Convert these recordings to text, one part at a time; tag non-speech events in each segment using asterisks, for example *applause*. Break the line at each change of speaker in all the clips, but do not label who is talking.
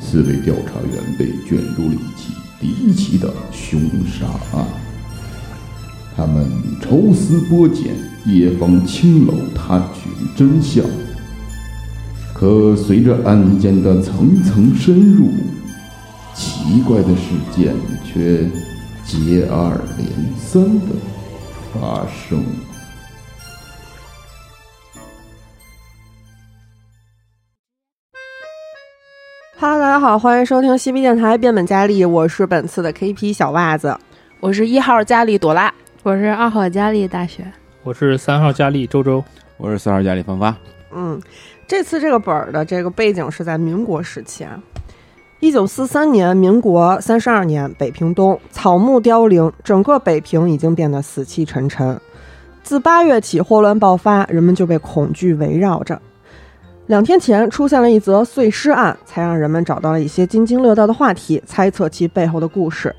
四位调查员被卷入了一起离奇的凶杀案。他们抽丝剥茧，夜访青楼，探寻真相。可随着案件的层层深入，奇怪的事件却接二连三的发生。
Hello，大家好，欢迎收听西皮电台变本加厉，我是本次的 KP 小袜子。
我是一号佳丽朵拉，
我是二号佳丽大学，
我是三号佳丽周周，
我是四号家里放发，
嗯，这次这个本儿的这个背景是在民国时期啊，一九四三年，民国三十二年，北平东草木凋零，整个北平已经变得死气沉沉。自八月起，霍乱爆发，人们就被恐惧围绕着。两天前出现了一则碎尸案，才让人们找到了一些津津乐道的话题，猜测其背后的故事。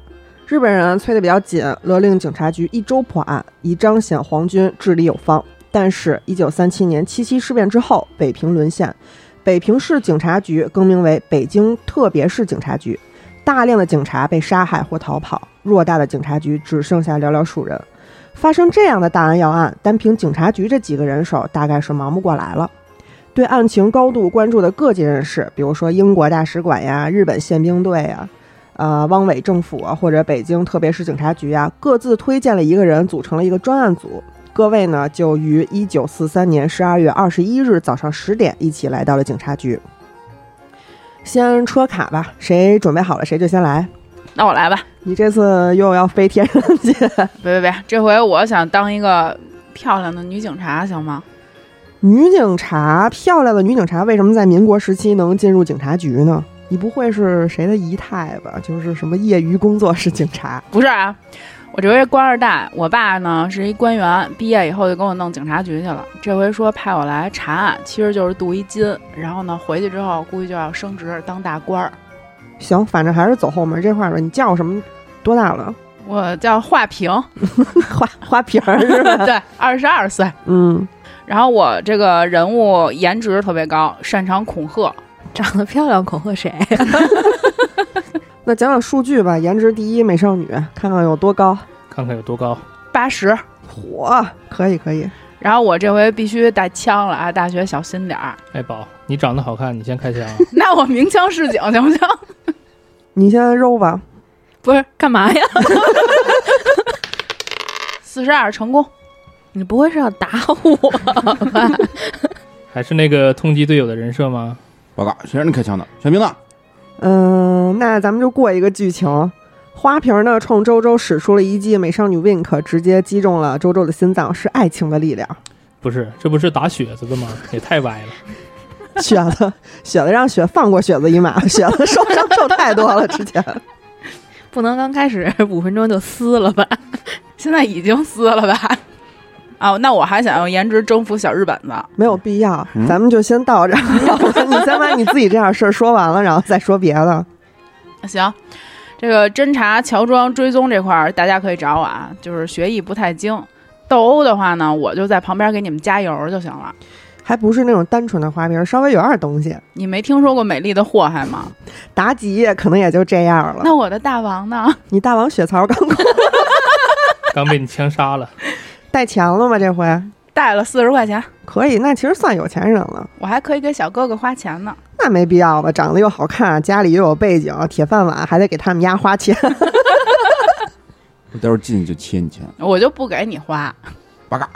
日本人催得比较紧，勒令警察局一周破案，以彰显皇军治理有方。但是，一九三七年七七事变之后，北平沦陷，北平市警察局更名为北京特别市警察局，大量的警察被杀害或逃跑，偌大的警察局只剩下寥寥数人。发生这样的大案要案，单凭警察局这几个人手，大概是忙不过来了。对案情高度关注的各界人士，比如说英国大使馆呀、日本宪兵队呀、呃汪伪政府啊，或者北京特别市警察局啊，各自推荐了一个人，组成了一个专案组。各位呢，就于一九四三年十二月二十一日早上十点，一起来到了警察局。先车卡吧，谁准备好了谁就先来。
那我来吧。
你这次又要飞天上去，
别别别，这回我想当一个漂亮的女警察，行吗？
*laughs* 女警察，漂亮的女警察为什么在民国时期能进入警察局呢？你不会是谁的姨太吧？就是什么业余工作是警察？
不是啊，我这回官二代，我爸呢是一官员，毕业以后就给我弄警察局去了。这回说派我来查案，其实就是镀一金，然后呢回去之后估计就要升职当大官儿。
行，反正还是走后门这块儿吧。你叫什么？多大了？ *laughs*
我叫画屏，
花花瓶儿是
*laughs*
吧？
对，二十二岁。
嗯，
然后我这个人物颜值特别高，擅长恐吓，
长得漂亮恐吓谁？ *laughs*
那讲讲数据吧。颜值第一美少女，看看有多高。
看看有多高。
八十。
火，可以可以。
然后我这回必须带枪了啊！大学小心点儿。
哎，宝，你长得好看，你先开枪啊！ *laughs*
*laughs* 那我鸣枪示警行不行？
你先揉吧。
不是干嘛呀？
*laughs* 四十二成功，
你不会是要打我吧？
还是那个通缉队友的人设吗？
报告，谁让你开枪的？全名呢？
嗯、那咱们就过一个剧情。花瓶呢，冲周周使出了一记美少女 wink，直接击中了周周的心脏，是爱情的力量。
不是，这不是打雪子的吗？也太歪了。
雪子， *laughs* 雪子让雪放过雪子一马，雪子受伤受太多了，之前。
*laughs* 不能刚开始五分钟就撕了吧？ *laughs*
现在已经撕了吧？啊，那我还想用颜值征服小日本子。
没有必要，
嗯
咱们就先到这儿。要不然你先把你自己这点事儿说完了，然后再说别的。
行，这个侦查、乔装、追踪这块儿，大家可以找我啊。就是学艺不太精，斗殴的话呢，我就在旁边给你们加油就行了。
还不是那种单纯的花瓶，稍微有点东西。
你没听说过美丽的祸害吗？
妲己可能也就这样了。
那我的大王呢？ *laughs*
你大王血槽刚过，
刚被你枪杀了， *laughs*
带钱了吗？这回
带了四十块钱，
可以，那其实算有钱人了。
我还可以给小哥哥花钱呢。
那没必要吧？长得又好看，家里又有背景，铁饭碗，还得给他们家花钱。 *laughs*
我待会儿进去就切你枪。
我就不给你花，
报告，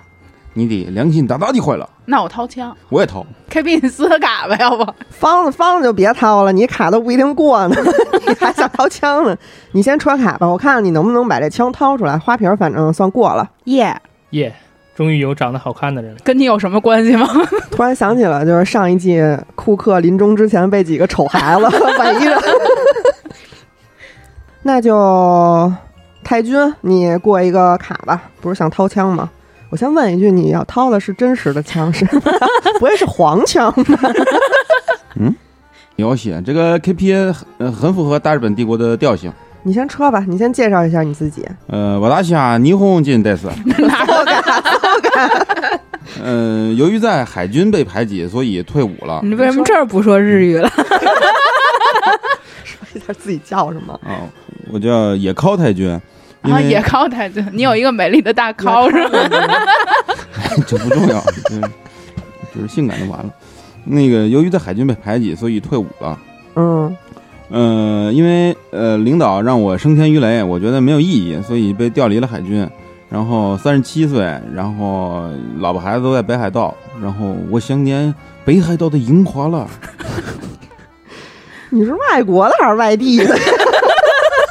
你得良心大大地坏了。
那我掏枪。
我也投，
KB，你撕个卡吧，要不？
方子，方子就别掏了，你卡都不一定过呢， *laughs* 你还想掏枪呢？你先戳卡吧，我看看你能不能把这枪掏出来。花瓶反正算过了。
耶、
耶、终于有长得好看的人了。
跟你有什么关系吗？ *laughs*
突然想起了，就是上一季库克临终之前被几个丑孩子 *laughs* 围着。那就太君，你过一个卡吧，不是想掏枪吗？我先问一句，你要掏的是真实的枪是吗？ *laughs* 不会是黄枪吧？
有写这个 KPN 很、呃、很符合大日本帝国的调性。
你先车吧，你先介绍一下你自己。 *laughs*
呃，瓦达西亚霓虹进代斯。
哪有
嗯、由于在海军被排挤，所以退伍了。
你为什么这儿不说日语了？
一下自己叫什么？
啊，我叫野尻太君，因
啊，
为
野尻太君，你有一个美丽的大尻是吧？
这不重要，对，就是性感就完了。那个，由于在海军被排挤，所以退伍了。
嗯，
呃，因为呃，领导让我升天鱼雷，我觉得没有意义，所以被调离了海军。然后三十七岁，然后老婆孩子都在北海道，然后我想念北海道的樱花了。
你是外国的还是外地的？ *laughs*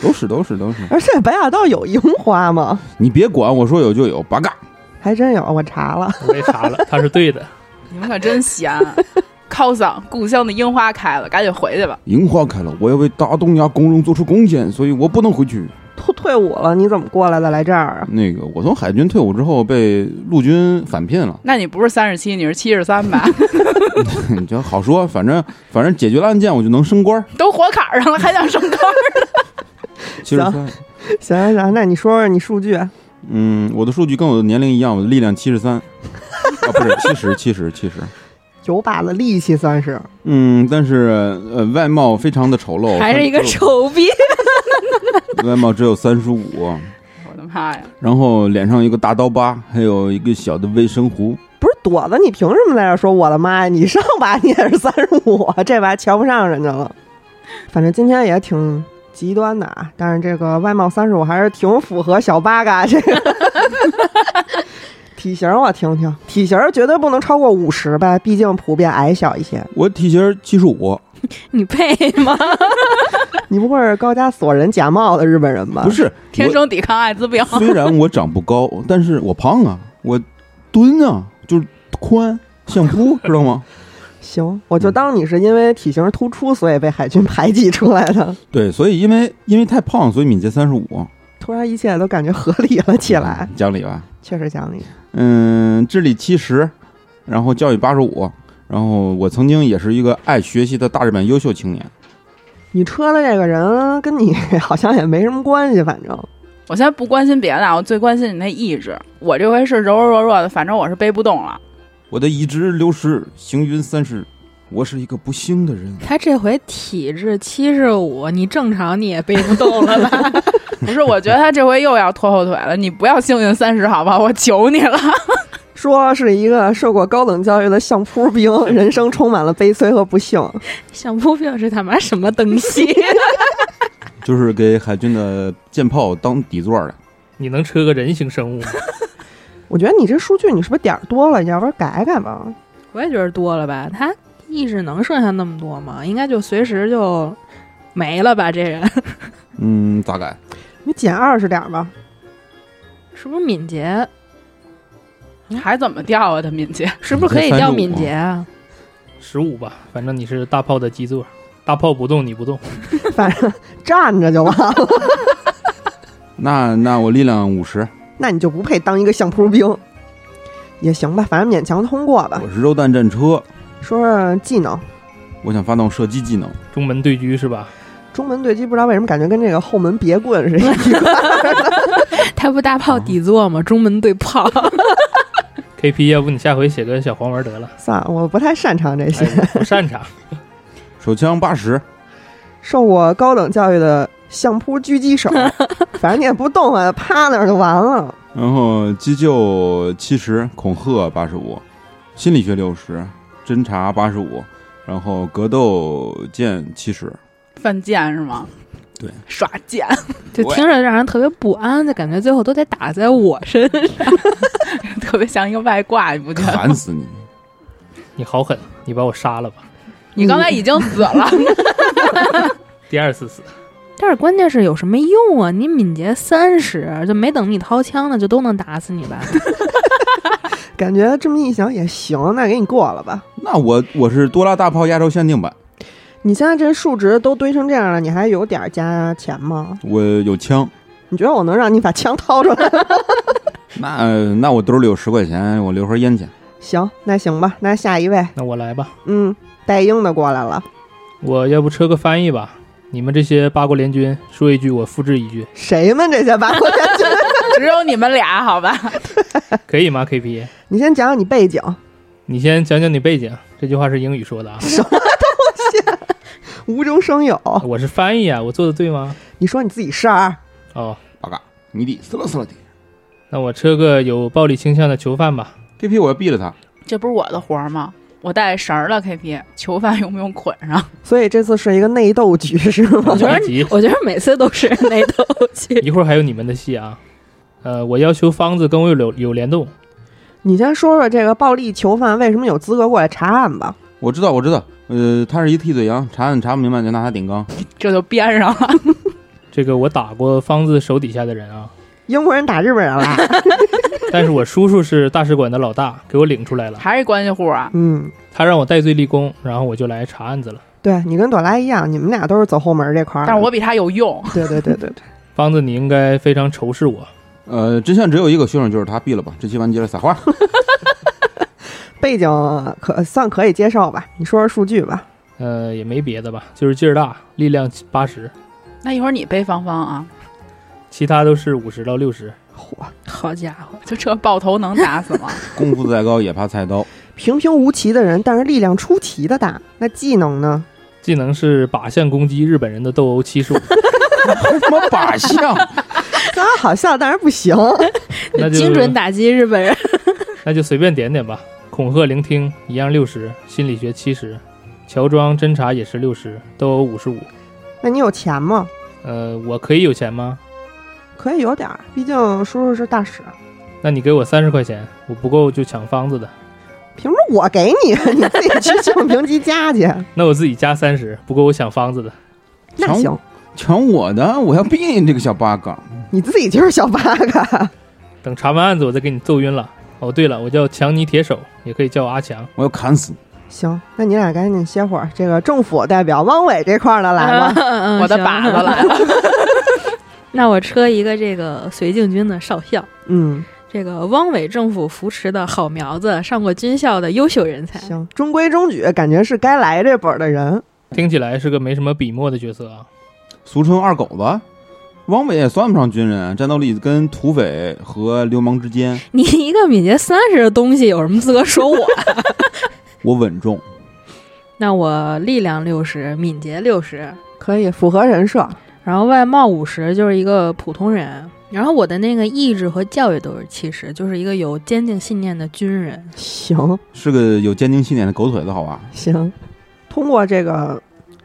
都是都是都是，
而且北海道有樱花吗？
你别管，我说有就有，八嘎。
还真有，我查了。
我也查了， *laughs* 他是对的。
你们可真闲， *laughs* 犒赏故乡的樱花开了，赶紧回去吧。
樱花开了，我要为大东亚工农做出贡献，所以我不能回去。
都退伍了，你怎么过来的？来这儿啊？
那个，我从海军退伍之后被陆军返聘了，
那你不是三十七，你是七十三吧？ *laughs*
你这好说，反正反正解决了案件，我就能升官。
都火坎儿上了，还想升官？
其实三，
行行行，那你说说你数据。
嗯，我的数据跟我的年龄一样，我的力量七十三，啊，不是七十，七十，七十。
有把子力气算是，
嗯，但是呃，外貌非常的丑陋，
还是一个
只有，
丑逼。 *laughs*
外貌只有三十五，
我的妈呀！
然后脸上一个大刀疤，还有一个小的微生弧。
不是朵子，你凭什么在这说我的妈呀？你上把你也是三十五， *laughs* 这把瞧不上人家了。反正今天也挺极端的啊，但是这个外貌三十五还是挺符合小八嘎这个 *laughs* 体型，我听听，体型绝对不能超过五十呗，毕竟普遍矮小一些。
我体型七十五，
你配吗？
你不会是高加索人假冒的日本人吧？
不是
天生抵抗艾滋病，
虽然我长不高，但是我胖啊，我蹲啊，就是宽，相扑，知道吗？
行，我
嗯
就当你是因为体型突出，所以被海军排挤出来的。
对，所以因为因为太胖，所以敏捷三十五
突然一切都感觉合理了起来，
讲理吧？
确实讲理。
嗯，智力七十，然后教育八十五，然后我曾经也是一个爱学习的大日本优秀青年。
你车的这个人跟你好像也没什么关系，反正
我现在不关心别的，啊我最关心你那意志。我这回是柔柔弱弱的，反正我是背不动了。
我的已知流失，行云三十，我是一个不幸的人。
*laughs* 他这回体质七十五，你正常你也背不动了 *laughs* 吧？
不是，我觉得他这回又要拖后腿了。你不要幸运三十好不好？我求你了。
说是一个受过高等教育的相扑兵，人生充满了悲催和不幸。
相扑病是他妈什么东西？
就是给海军的舰炮当底座的。
你能车个人形生物吗？
我觉得你这数据你是不是点儿多了？你要不然改改吧。
*laughs* 我也觉得多了吧？他意志能剩下那么多吗？应该就随时就没了吧？这人
嗯，咋改？
你减二十点儿吧。
*laughs* 是不是敏捷？
还怎么掉啊？他敏捷，
是不是可以叫敏捷啊？
十五吧，反正你是大炮的基座，大炮不动你不动，
反正站着就完了。
那那我力量五十，
那你就不配当一个相扑兵，也行吧，反正勉强通过吧。
我是肉弹战车，
说说技能，
我想发动射击技能。
中门对狙是吧？
中门对击不知道为什么感觉跟这个后门别棍似的。
*laughs* 他不大
啊
炮底座吗？中门对
*laughs*
炮，
KP，要不你下回写个小黄文得了。
算了，我不太擅长这些。
哎，不擅长，
手枪八十，
受过高等教育的相扑狙击
*laughs*
手，反正你也不动啊，趴那儿就完了。
然后急救七十，恐吓八十五，心理学六十，侦查八十五，然后格斗剑七十。
犯贱是吗？
对，
耍贱， *laughs*
就听着让人特别不安，就感觉最后都得打在我身 *laughs* 上。
特别像一个外挂，你不觉得
*laughs*
吗？
砍死你！
你好狠，你把我杀了吧！
你刚才已经死了，
第二次死，
但是关键是有什么用啊？你敏捷三十，就没等你掏枪呢，就都能打死你吧？ *laughs*
感觉这么一想也行，那给你过了吧。
那我我是多拉大炮亚洲限定版，
你现在这数值都堆成这样了，你还有点儿加钱吗？
我有枪。
你觉得我能让你把枪掏出
*laughs*
来？
那、呃那我兜里有十块钱，我留盒烟钱。
行，那行吧，那下一位，
那我来吧。
嗯，带鹰的过来了，
我要不车个翻译吧？你们这些八国联军说一句，我复制一
*laughs*
句，
谁们这些八国联军？
*laughs* 只有你们俩，好吧？
可以吗？KP，
你先讲讲你背景，
你先讲讲你背景。这句话是英语说的啊。
无中生有。
哦
我是翻译啊，我做的对吗？
你说你自己事儿，
哦，
八嘎，迷弟，撕了撕了 *laughs* 你。
那我车个有暴力倾向的囚犯吧。
这批我要毙了他，
这不是我的活儿吗？我带绳儿了，KP，囚犯用不用捆上？ *laughs*
所以这次是一个内斗局，是吗？
*laughs* *laughs* 我觉得
以及。
我觉得每次都
*laughs*
是内斗剧
一会儿还有你们的戏啊。呃，我要求方子跟我有有联动，
你先说说这个暴力囚犯为什么有资格过来查案吧？
我知道我知道，呃，他是一替罪羊，查案查不明白就拿他顶缸。
这就编上 *laughs* 了。
这个我打过方子手底下的
*laughs*
人啊，
英国人打日本人
*laughs*
了，
但是我叔叔是大使馆的老大，给我领出来了，
还是关系户啊？
嗯，
他让我戴罪立功，然后我就来查案子了。
对你跟朵拉一样，你们俩都是走后门这块儿的。
但是我比他有用。
对对对
*laughs*
对对，
方子，你应该非常仇视我，
呃，真相只有一个，凶手就是他，毙了吧。这期完结了，撒花。
背景可算可以接受吧？你说说数据吧。
呃，也没别的吧，就是劲儿大，力量八十，
那一会儿你背芳芳啊，
其他都是五十到六十。
嚯，
好家伙，
就这爆头能打死 *laughs* 吗？
功夫再高也怕菜刀。
平平无奇的人，但是力量出奇的大。那技能呢？
技能是靶向攻击日本人的斗殴七术，
*laughs*
他妈靶向，
虽然好笑，但是不
*laughs*
行。
那就
精准打击日本人，
那就随便点点吧。恐吓、聆听一样六十，心理学七十，乔装、侦查也是六十，斗殴五十五。
那你有钱吗？
呃，我可以有钱吗？
可以有点儿，毕竟叔叔是大使。
那你给我三十块钱，我不够就抢方子的。
凭什么我给
*laughs*
你？你自己去正平机加去。
那我自己加三十，不够我抢方子的。
那行，
抢我的，我要毙你这个小八嘎。
你自己就是小八嘎。
等查完案子，我再给你揍晕了。哦，对了，我叫强尼铁手，也可以叫我阿强。
我要砍死你！
行，那你俩赶紧歇会儿。这个政府代表汪伟这块儿的来
啊
了，
*laughs* 嗯
我的靶子。来了，
行 *laughs* 那我车一个这个绥靖军的少校，
嗯，
这个汪伪政府扶持的好苗子，上过军校的优秀人才。
行，中规中矩，感觉是该来这本儿的人。
听起来是个没什么笔墨的角色啊。
俗称二狗子，汪伟也算不上军人，啊战斗力跟土匪和流氓之间，
你一个敏捷三十的东西，有什么资格说我？
我稳重。
那我力量六十，敏捷六十，
可以符合人设，
然后外貌五十，就是一个普通人。然后我的那个意志和教育都是七十，就是一个有坚定信念的军人。
行
是个有坚定信念的狗腿子，好吧？
行。通过这个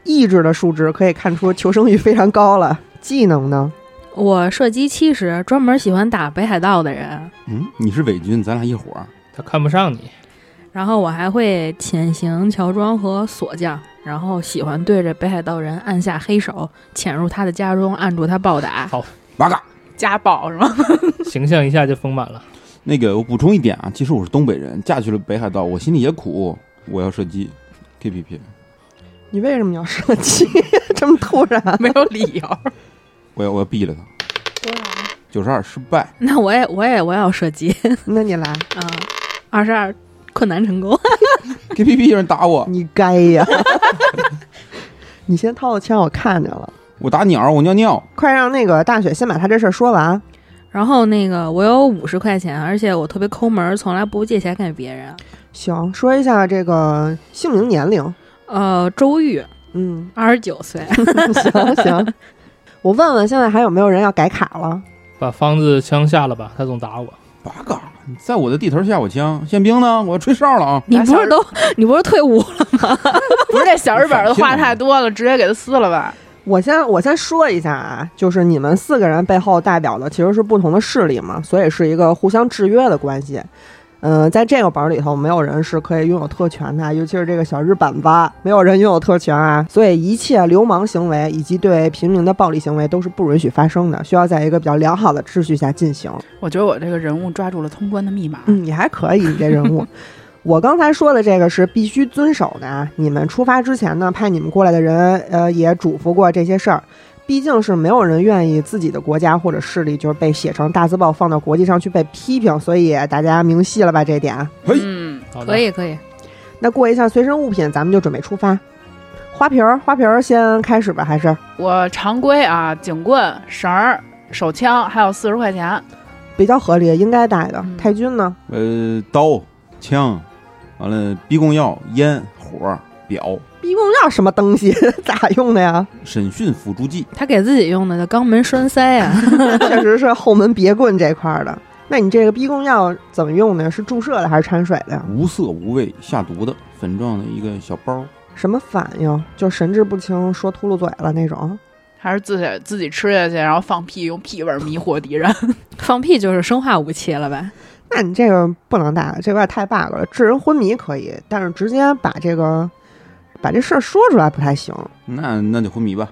意志的数值，可以看出求生欲非常高了。技能呢？
我射击七十，专门喜欢打北海道的人。
嗯，你是伪军，咱俩一伙儿。
他看不上你，
然后我还会潜行、乔装和锁匠，然后喜欢对着北海道人按下黑手，潜入他的家中，按住他暴打。
八嘎！
*laughs* 家暴是吗？ *laughs*
形象一下就丰满了。
那个我补充一点啊，其实我是东北人，嫁去了北海道，我心里也苦。我要射击，K P P，
你为什么要设计 *laughs* 这么突然？
没有理 *laughs* 由。
我要我要毙了他。九十二失败，
那我也，我也，我也要射击
那你来，
啊！二十二困难成功。
k P P 有人打我，
你该呀！ *laughs* 你先掏个枪，我看见了。
我打鸟，我尿尿，
快让那个大雪先把他这事儿说完。
然后那个我有五十块钱，而且我特别抠门儿，从来不借钱给别人。
行，说一下这个姓名、年龄。
呃，周玉
嗯， *laughs*
二十九岁，
行行， *laughs* 我问问现在还有没有人要改卡了？
把方子枪下了吧，他总打我。
八嘎！在我的地头下我枪，宪兵呢？我要吹哨了啊！
*laughs* 你不
小
是
日
都你不是退伍了？
不是这小日本儿的话太多了，直接给他撕了吧。
我先我先说一下啊，就是你们四个人背后代表的其实是不同的势力嘛，所以是一个互相制约的关系。嗯、在这个本儿里头，没有人是可以拥有特权的，尤其是这个小日本吧，没有人拥有特权啊。所以一切流氓行为以及对平民的暴力行为都是不允许发生的，需要在一个比较良好的秩序下进行。
我觉得我这个人物抓住了通关的密码。
嗯，你还可以，你这人物。我刚才说的这个是必须遵守的啊！你们出发之前呢，派你们过来的人，呃，也嘱咐过这些事儿。毕竟是没有人愿意自己的国家或者势力就是被写成大字报放到国际上去被批评，所以大家明细了吧这点。
嘿
嗯，
好的
可，以可以，
那过一下随身物品，咱们就准备出发。花瓶儿，花瓶儿先开始吧，还是
我常规啊，警棍、绳儿、手枪，还有四十块钱。
比较合理，应该带的
嗯。
太君呢？
呃，刀、枪，完了，逼供药、烟、火、表，
逼供那什么东西 *laughs* 咋用的呀？
审讯辅助剂，
他给自己用的叫肛门栓塞啊呀、
*laughs* 确实是后门别棍这块儿的。那你这个逼供药怎么用呢？是注射的还是掺水的呀？
无色无味下毒的粉状的一个小包，
什么反应？就神志不清、说秃噜嘴了那种？
还是自己自己吃下去，然后放屁，用屁味儿迷惑敌人。
*laughs* 放屁就是生化武器了呗？
那你这个不能打，这有点太 bug 了。致人昏迷可以，但是直接把这个把这事儿说出来不太行。
那那就昏迷吧。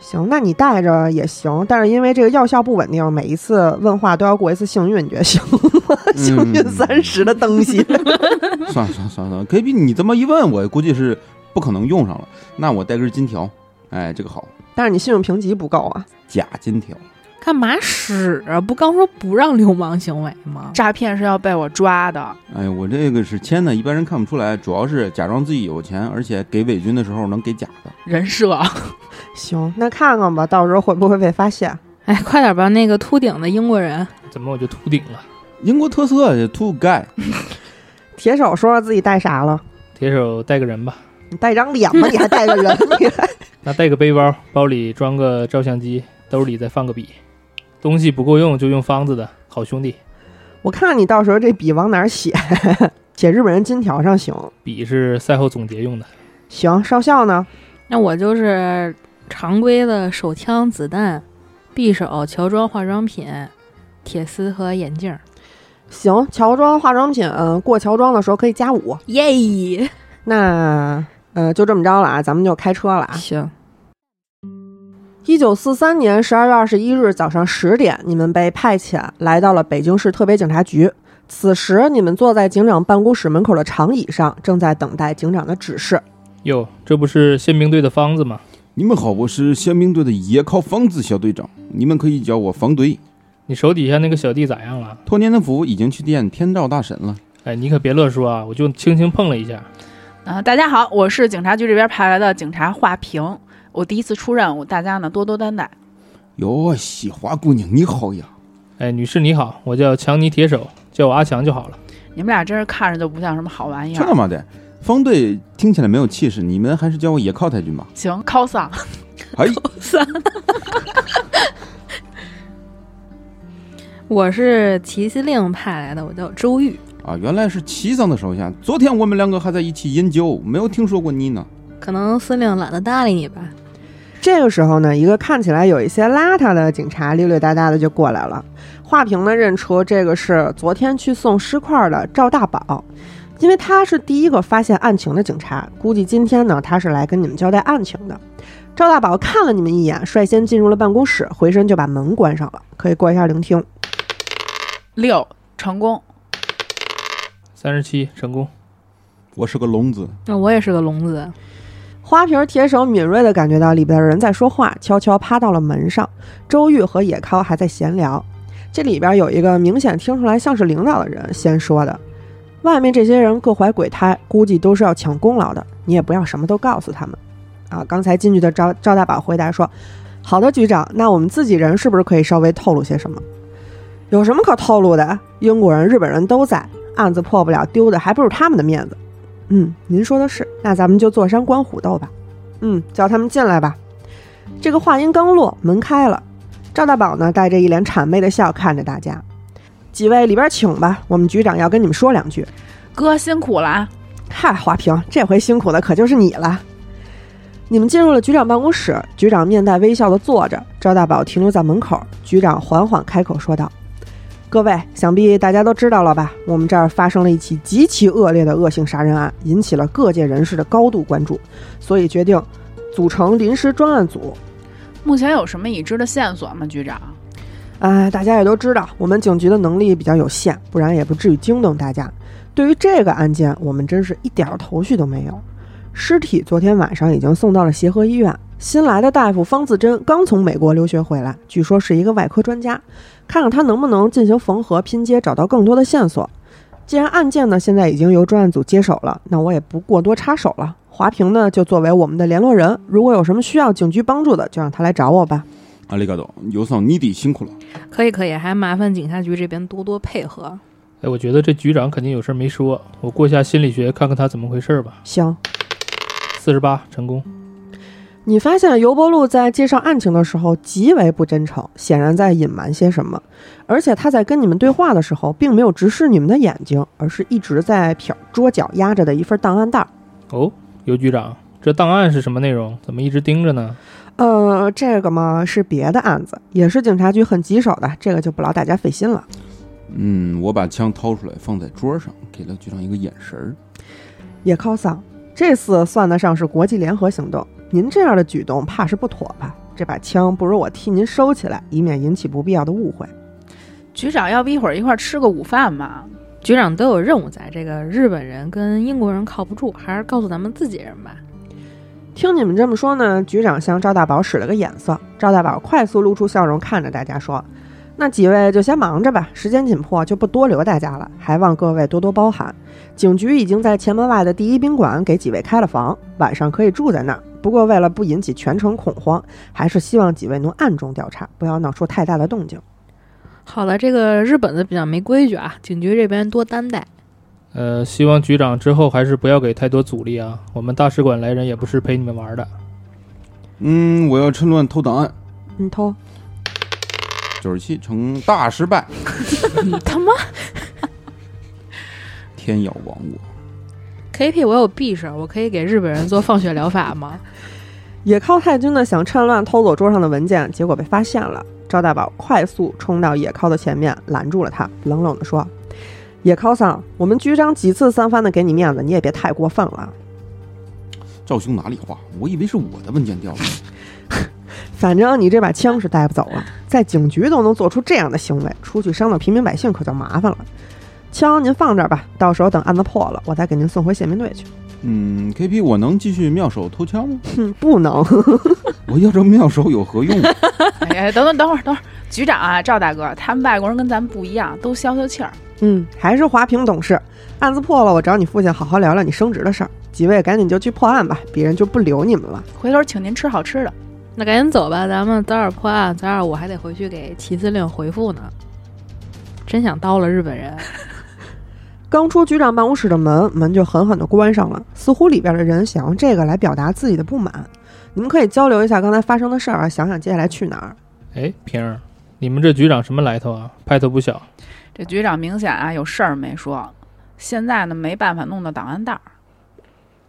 行，那你带着也行，但是因为这个药效不稳定，每一次问话都要过一次幸运，你觉得行吗？ *laughs* 幸运三十的东西， *laughs*
*laughs* 算了算了算了算了，K B，你这么一问，我估计是不可能用上了。那我带根金条，哎，这个好，
但是你信用评级不够啊。
假金条。
干嘛使啊？不刚说不让流氓行为吗？
诈骗是要被我抓的，
哎，我这个是签的，一般人看不出来，主要是假装自己有钱，而且给伪军的时候能给假的。
人 *laughs* 设。
行，那看看吧，到时候会不会被发现？
哎，快点吧！那个秃顶的英国人，
怎么我就秃顶了？
英国特色这 Two Guy，
铁手说说自己带啥了？
铁手带个人吧，
你带张脸 *laughs* 吗？你还带个人？你还
那带个背包，包里装个照相机，兜里再放个笔，东西不够用就用方子的，好兄弟，
*laughs* 我看你到时候这笔往哪儿写？ *laughs* 写日本人金条上行。
笔是赛后总结用的。
行，少校呢？
那我就是常规的手枪、子弹、匕首、乔装化妆品、铁丝和眼镜儿。
行，乔装化妆品、呃过乔装的时候可以加五。
耶！
那呃，就这么着了啊，咱们就开车了啊。
行，
一九四三年十二月二十一日早上十点，你们被派遣来到了北京市特别警察局。此时，你们坐在警长办公室门口的长椅上，正在等待警长的指示。
哟，这不是宪兵队的方子吗？
你们好，我是宪兵队的野靠方子小队长，你们可以叫我房队。
你手底下那个小弟咋样了？
托年的福已经去见天照大神了。
哎，你可别乱说啊，我就轻轻碰了一下。
啊、大家好，我是警察局这边派来的警察画屏，我第一次出任务，大家呢多多担待。
哟，喜华姑娘你好呀！
哎，女士你好，我叫强尼铁手，叫我阿强就好了。
你们俩真是看着就不像什么好玩意
这
儿。
么的，方队听起来没有气势，你们还是叫我野靠太君吧。
行，靠丧。 *laughs*
哎，
我是骑司令派来的，我叫周玉。
啊，原来是齐桑的手下。昨天我们两个还在一起饮酒，没有听说过你呢。
可能司令懒得搭理你吧。
这个时候呢，一个看起来有一些邋遢的警察溜溜达达的就过来了。画屏呢认出这个是昨天去送尸块的赵大宝，因为他是第一个发现案情的警察，估计今天呢他是来跟你们交代案情的。赵大宝看了你们一眼，率先进入了办公室，回身就把门关上了。可以过一下聆听。
六成功，
三十七成功，
我是个聋子，
那我也是个聋子，
花瓶铁手敏锐地感觉到里边的人在说话，悄悄趴到了门上。周玉和野尻还在闲聊。这里边有一个明显听出来像是领导的人先说的，外面这些人各怀鬼胎，估计都是要抢功劳的。你也不要什么都告诉他们。啊，刚才进去的赵赵大宝回答说：“好的，局长，那我们自己人是不是可以稍微透露些什么？有什么可透露的？英国人、日本人都在，案子破不了，丢的还不是他们的面子。”嗯，您说的是，那咱们就坐山观虎斗吧。嗯，叫他们进来吧。这个话音刚落，门开了。赵大宝呢，带着一脸谄媚的笑看着大家。几位里边请吧，我们局长要跟你们说两句。
哥辛苦了啊！
嗨，华平，这回辛苦的可就是你了。你们进入了局长办公室，局长面带微笑的坐着，赵大宝停留在门口。局长缓缓开口说道：“各位，想必大家都知道了吧？我们这儿发生了一起极其恶劣的恶性杀人案，引起了各界人士的高度关注，所以决定组成临时专案组。
目前有什么已知的线索吗，局长？
哎，大家也都知道，我们警局的能力比较有限，不然也不至于惊动大家。对于这个案件，我们真是一点儿头绪都没有。尸体昨天晚上已经送到了协和医院，新来的大夫方自珍刚从美国留学回来，据说是一个外科专家，看看他能不能进行缝合拼接，找到更多的线索。既然案件呢现在已经由专案组接手了，那我也不过多插手了。华平呢就作为我们的联络人，如果有什么需要警局帮助的，就让他来找我吧。
阿里嘎多，有桑你得辛苦了。
可以可以，还麻烦警察局这边多多配合。
哎，我觉得这局长肯定有事儿没说，我过一下心理学看看他怎么回事儿吧。
行，
四十八成功。
你发现尤伯禄在介绍案情的时候极为不真诚，显然在隐瞒些什么。而且他在跟你们对话的时候，并没有直视你们的眼睛，而是一直在瞟桌角压着的一份档案袋儿。
哦，尤局长，这档案是什么内容？怎么一直盯着呢？
呃，这个嘛是别的案子，也是警察局很棘手的，这个就不劳大家费心了。
嗯，我把枪掏出来放在桌上，给了局长一个眼神儿。
也靠丧，这次算得上是国际联合行动。您这样的举动怕是不妥吧？这把枪不如我替您收起来，以免引起不必要的误会。
局长，要不一会儿一块儿吃个午饭 *laughs* 吧？
局长都有任务在，这个日本人跟英国人靠不住，还是告诉咱们自己人吧。
听你们这么说呢，局长向赵大宝使了个眼色，赵大宝快速露出笑容，看着大家说：“那几位就先忙着吧，时间紧迫，就不多留大家了，还望各位多多包涵。警局已经在前门外的第一宾馆给几位开了房，晚上可以住在那儿。不过为了不引起全城恐慌，还是希望几位能暗中调查，不要闹出太大的动静。”
好了，这个日本的比较没规矩啊，警局这边多担待。
呃，希望局长之后还是不要给太多阻力啊。我们大使馆来人也不是陪你们玩的。
嗯，我要趁乱偷档案，
你嗯偷
九十七成大失败，
你他妈
天要亡我。
KP，我有匕首，我可以给日本人做放血疗法吗？
野靠太君呢想趁乱偷走桌上的文件，结果被发现了。赵大宝快速冲到野靠的前面，拦住了他，冷冷地说：“野靠桑，我们局长几次三番的给你面子，你也别太过分了。
赵兄哪里话？我以为是我的文件掉了。
反正你这把枪是带不走了，在警局都能做出这样的行为，出去伤到平民百姓可就麻烦了。枪您放这儿吧，到时候等案子破了，我再给您送回宪兵队去。
嗯，KP，我能继续妙手偷枪吗？
哼，嗯不能。
我要这妙手有何用？
哎，等等等会儿，等会儿，局长啊，赵大哥，他们外国人跟咱们不一样，都消消气儿。
*laughs* 嗯，还是华平懂事。案子破了，我找你父亲好好聊聊你升职的事儿。几位赶紧就去破案吧，别人就不留你们了。
回头请您吃好吃的。
那赶紧走吧，咱们早点破案，早点我还得回去给齐司令回复呢。真想刀了日本人，
刚出局长办公室的门，门就狠狠地关上了，似乎里边的人想用这个来表达自己的不满。你们可以交流一下刚才发生的事儿啊，想想接下来去哪儿。
哎，平儿，你们这局长什么来头啊？派头不小。
这局长明显啊有事儿没说，现在呢没办法弄到档案袋儿。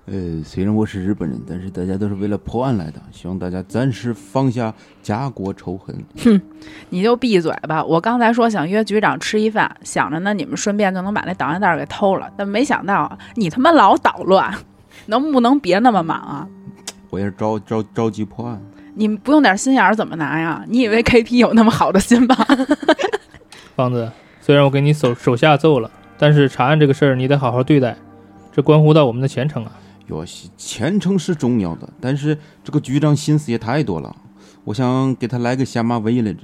呃，虽然我是日本人，但是大家都是为了破案来的，希望大家暂时放下家国仇恨。
你就闭嘴吧！我刚才说想约局长吃一饭，想着呢你们顺便就能把那档案袋儿给偷了，但没想到啊你他妈老捣乱，能不能别那么莽啊？
我也是着着着急破案。
你不用点心眼儿怎么拿呀？你以为 KP 有那么好的心吗？ *laughs*
棒子，虽然我给你手手下揍了，但是查案这个事儿你得好好对待，这关乎到我们的前程啊。
哟，西前程是重要的，但是这个局长心思也太多了。我想给他来个下马威来着。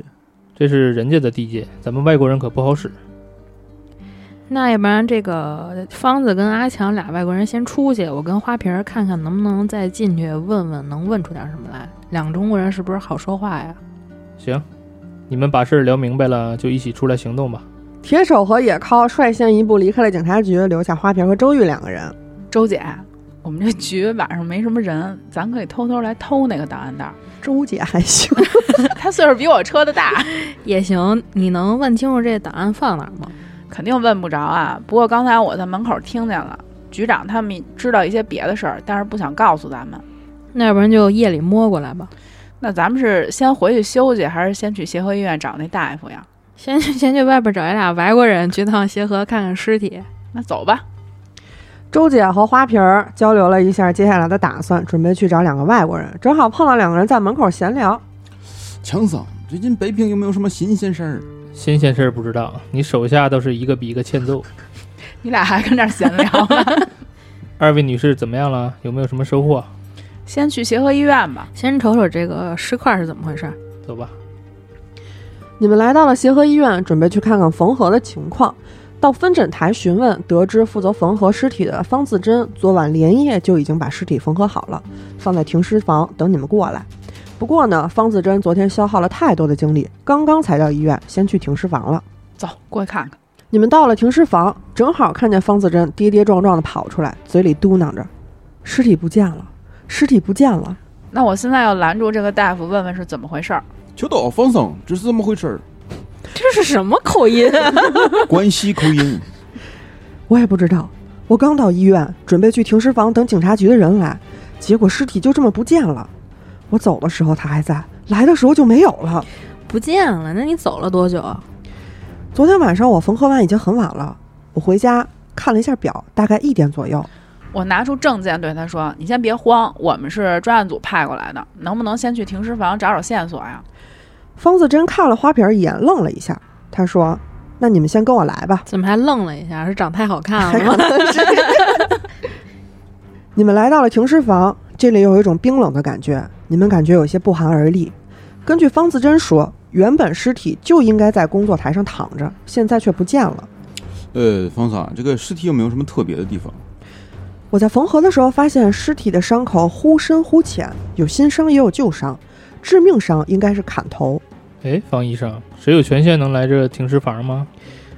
这是人家的地界，咱们外国人可不好使。
那要不然这个呃方子跟阿强俩外国人先出去，我跟花瓶儿看看能不能再进去问问，能问出点什么来。两个中国人是不是好说话呀？
行，你们把事儿聊明白了，就一起出来行动吧。
铁手和野尻率先一步离开了警察局，留下花瓶和周玉两个人。
周姐，我们这局晚上没什么人，咱可以偷偷来偷那个档案袋儿。 *laughs*
周姐还 *laughs* 行，
他岁数比我车的大，
也行，你能问清楚这档案放哪儿吗？
肯定问不着啊。不过刚才我在门口听见了，局长他们知道一些别的事儿，但是不想告诉咱们。
那要不然就夜里摸过来吧。
那咱们是先回去休息，还是先去协和医院找那大夫呀？
先去 *laughs* 先去外边找一俩外国人去趟协和看看尸体。
那走吧。
周姐和花瓶儿交流了一下接下来的打算，准备去找两个外国人，正好碰到两个人在门口闲聊。
强桑，最近北平有没有什么新鲜事 *laughs* 儿？
新鲜事儿不知道，你手下都是一个比一个欠揍。
你俩还跟这儿闲聊呢？ *laughs*
二位女士怎么样了？有没有什么收获？
先去协和医院吧。
先瞅瞅这个尸块是怎么回事儿。
走吧。
你们来到了协和医院，准备去看看缝合的情况。到分诊台询问，得知负责缝合尸体的方自珍昨晚连夜就已经把尸体缝合好了，放在停尸房等你们过来。不过呢，方自珍昨天消耗了太多的精力，刚刚才到医院，先去停尸房了。
走，过去看看。
你们到了停尸房，正好看见方自珍跌跌撞撞地跑出来，嘴里嘟囔着：“尸体不见了，尸体不见了。
那我现在要拦住这个大夫，问问是怎么回事儿。
求岛放松，这是这么回事儿，
这是什么口音？啊
关西口音。
我也不知道，我刚到医院，准备去停尸房等警察局的人来，结果尸体就这么不见了。我走的时候他还在，来的时候就没有了。
*laughs* 不见了？那你走了多久？
昨天晚上我缝合完已经很晚了，我回家看了一下表，大概一点左右。
我拿出证件对他说：“你先别慌，我们是专案组派过来的，能不能先去停尸房找找线索呀？
方子珍看了花瓶一眼，愣了一下，他说：“那你们先跟我来吧。
怎么还愣了一下？是长太好看
还
了
可
吗？ *laughs*
能是啊 *laughs* 你们来到了停尸房，这里有一种冰冷的感觉，你们感觉有些不寒而栗。根据方子珍说，原本尸体就应该在工作台上躺着，现在却不见了。
呃，方桑，这个尸体有没有什么特别的地方？
我在缝合的时候发现尸体的伤口忽深忽浅，有新伤也有旧伤，致命伤应该是砍头。
哎，方医生，谁有权限能来这停尸房吗？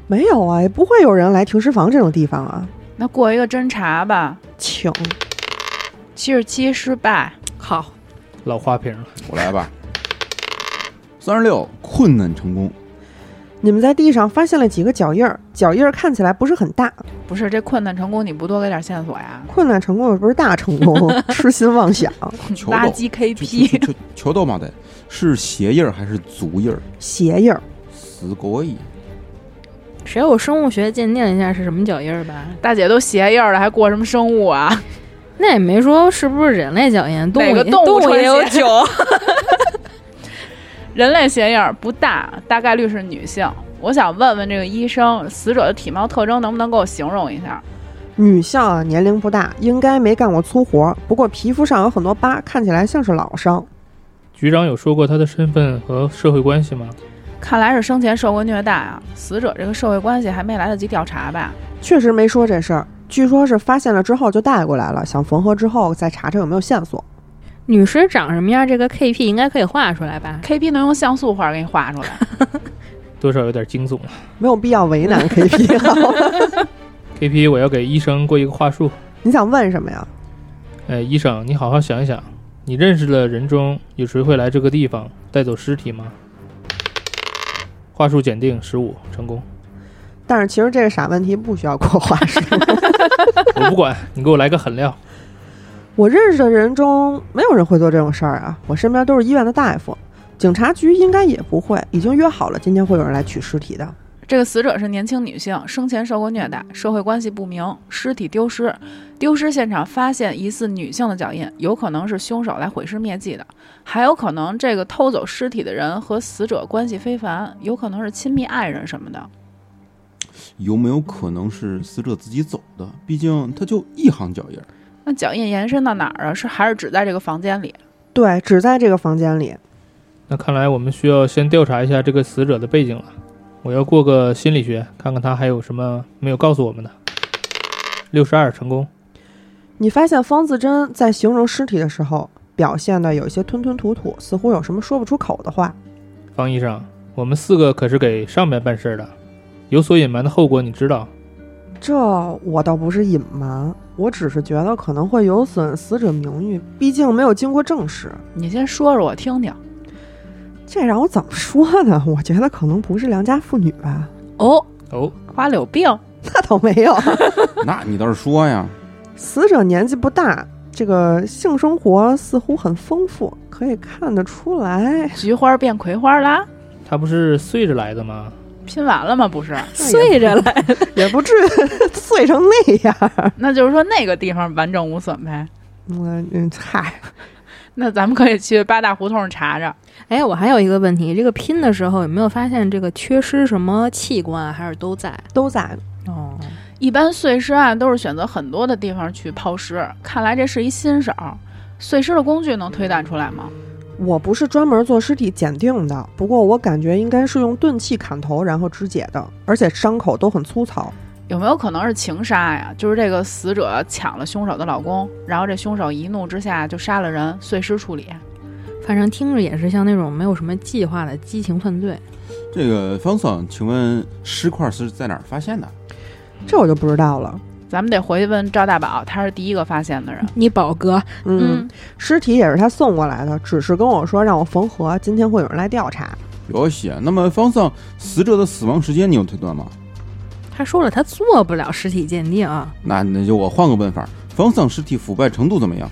没有啊，也不会有人来停尸房这种地方啊，
那过一个侦查吧。
请。”
七十七失败，
好，
老花瓶了，
我来吧。三十六，困难成功。
你们在地上发现了几个脚印儿，脚印儿看起来不是很大，
不是这困难成功，你不多给点线索呀？
困难成功又不是大成功，痴心妄想。
求
垃
到
圾
求求
KP，
求求到马的，是鞋印儿还是足印儿？
鞋印儿，
すごい。
谁有生物学鉴定一下是什么脚印儿吧？
*laughs* 大姐都鞋印儿了，还过什么生物啊？
那也没说是不是人类脚印，动
哪
物
个
也
动物
动
穿
也有
鞋
脚。
*laughs*
*laughs*
人类鞋印儿不大，大概率是女性。我想问问这个医生，死者的体貌特征能不能给我形容一下？
女性啊，年龄不大，应该没干过粗活，不过皮肤上有很多疤，看起来像是老伤。
局长有说过他的身份和社会关系吗？
看来是生前受过虐待啊，死者这个社会关系还没来得及调查吧？
确实没说这事儿，据说是发现了之后就带过来了，想缝合之后再查查有没有线索。
女尸长什么样？这个 KP 应该可以画出来吧？
KP 能用像素画给你画出来。
多少有点惊悚了。啊
没有必要为难 KP 好吧
KP，我要给医生过一个话术。
你想问什么呀？
哎，医生，你好好想一想，你认识的人中有谁会来这个地方带走尸体吗？话术检定十五成功，
但是其实这个傻问题不需要过话术。 *laughs*
我不管，你给我来个狠料。
我认识的人中没有人会做这种事儿啊，我身边都是医院的大夫，警察局应该也不会，已经约好了今天会有人来取尸体的。
这个死者是年轻女性，生前受过虐待，社会关系不明，尸体丢失，丢失现场发现疑似女性的脚印，有可能是凶手来毁尸灭迹的，还有可能这个偷走尸体的人和死者关系非凡，有可能是亲密爱人什么的。
有没有可能是死者自己走的？毕竟他就一行脚印儿。
那脚印延伸到哪儿啊？是还是只在这个房间里？
对，只在这个房间里。
那看来我们需要先调查一下这个死者的背景了。我要过个心理学，看看他还有什么没有告诉我们的。六十二成功，
你发现方自珍在形容尸体的时候，表现的有一些吞吞吐吐，似乎有什么说不出口的话。
方医生，我们四个可是给上面办事儿的，有所隐瞒的后果你知道。
这我倒不是隐瞒，我只是觉得可能会有损死者名誉，毕竟没有经过证实。
你先说说我听听。
这让我怎么说呢？ *laughs* 我觉得可能不是良家妇女吧， *laughs*
哦，
哦，
花柳病，
那倒没有。
那你倒是说呀，
死者年纪不大，这个性生活似乎很丰富，可以看得出来。 *laughs*
菊花变葵花啦，
他不是碎着来的吗？
拼完了吗？不是，
碎着来，
也不至于 *laughs* 碎成那样。
那就是说那个地方完整无损呗。
嗯嗯，嗨，
那咱们可以去八大胡同查查。
*laughs* 哎，我还有一个问题，这个拼的时候有没有发现这个缺失什么器官，啊还是都在？
都在。
哦，
一般碎尸案都是选择很多的地方去抛尸，看来这是一新手。碎尸的工具能推断出来吗？
我不是专门做尸体鉴定的，不过我感觉应该是用钝器砍头然后肢解的，而且伤口都很粗糙。
有没有可能是情杀呀？就是这个死者抢了凶手的老公，然后这凶手一怒之下就杀了人，碎尸处理。
反正听着也是像那种没有什么计划的激情犯罪。
这个方桑，请问尸块是在哪儿发现的？
这我就不知道了。
咱们得回去问赵大宝，他是第一个发现的人。
你宝哥，
嗯，尸体也是他送过来的，只是跟我说让我缝合，今天会有人来调查。
有写。那么方向死者的死亡时间，你有推断吗？
他说了他做不了尸体鉴定，啊
那那就我换个问法，方向尸体腐败程度怎么样？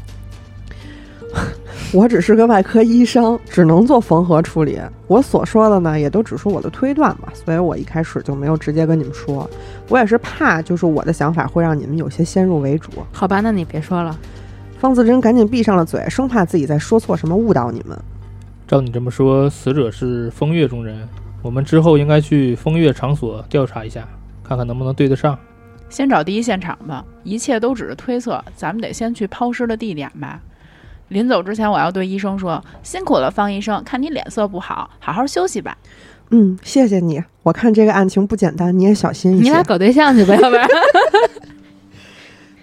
我只是个外科医生，只能做缝合处理。我所说的呢，也都只是我的推断嘛，所以我一开始就没有直接跟你们说。我也是怕，就是我的想法会让你们有些先入为主。
好吧，那你别说了。
方自珍赶紧闭上了嘴，生怕自己再说错什么误导你们。
照你这么说，死者是风月中人，我们之后应该去风月场所调查一下，看看能不能对得上。
先找第一现场吧，一切都只是推测，咱们得先去抛尸的地点吧。临走之前，我要对医生说：“辛苦了，方医生，看你脸色不好，好好休息吧。
嗯，谢谢你。我看这个案情不简单，你也小心一
你
些
俩。搞对象去吧， *laughs* 要不然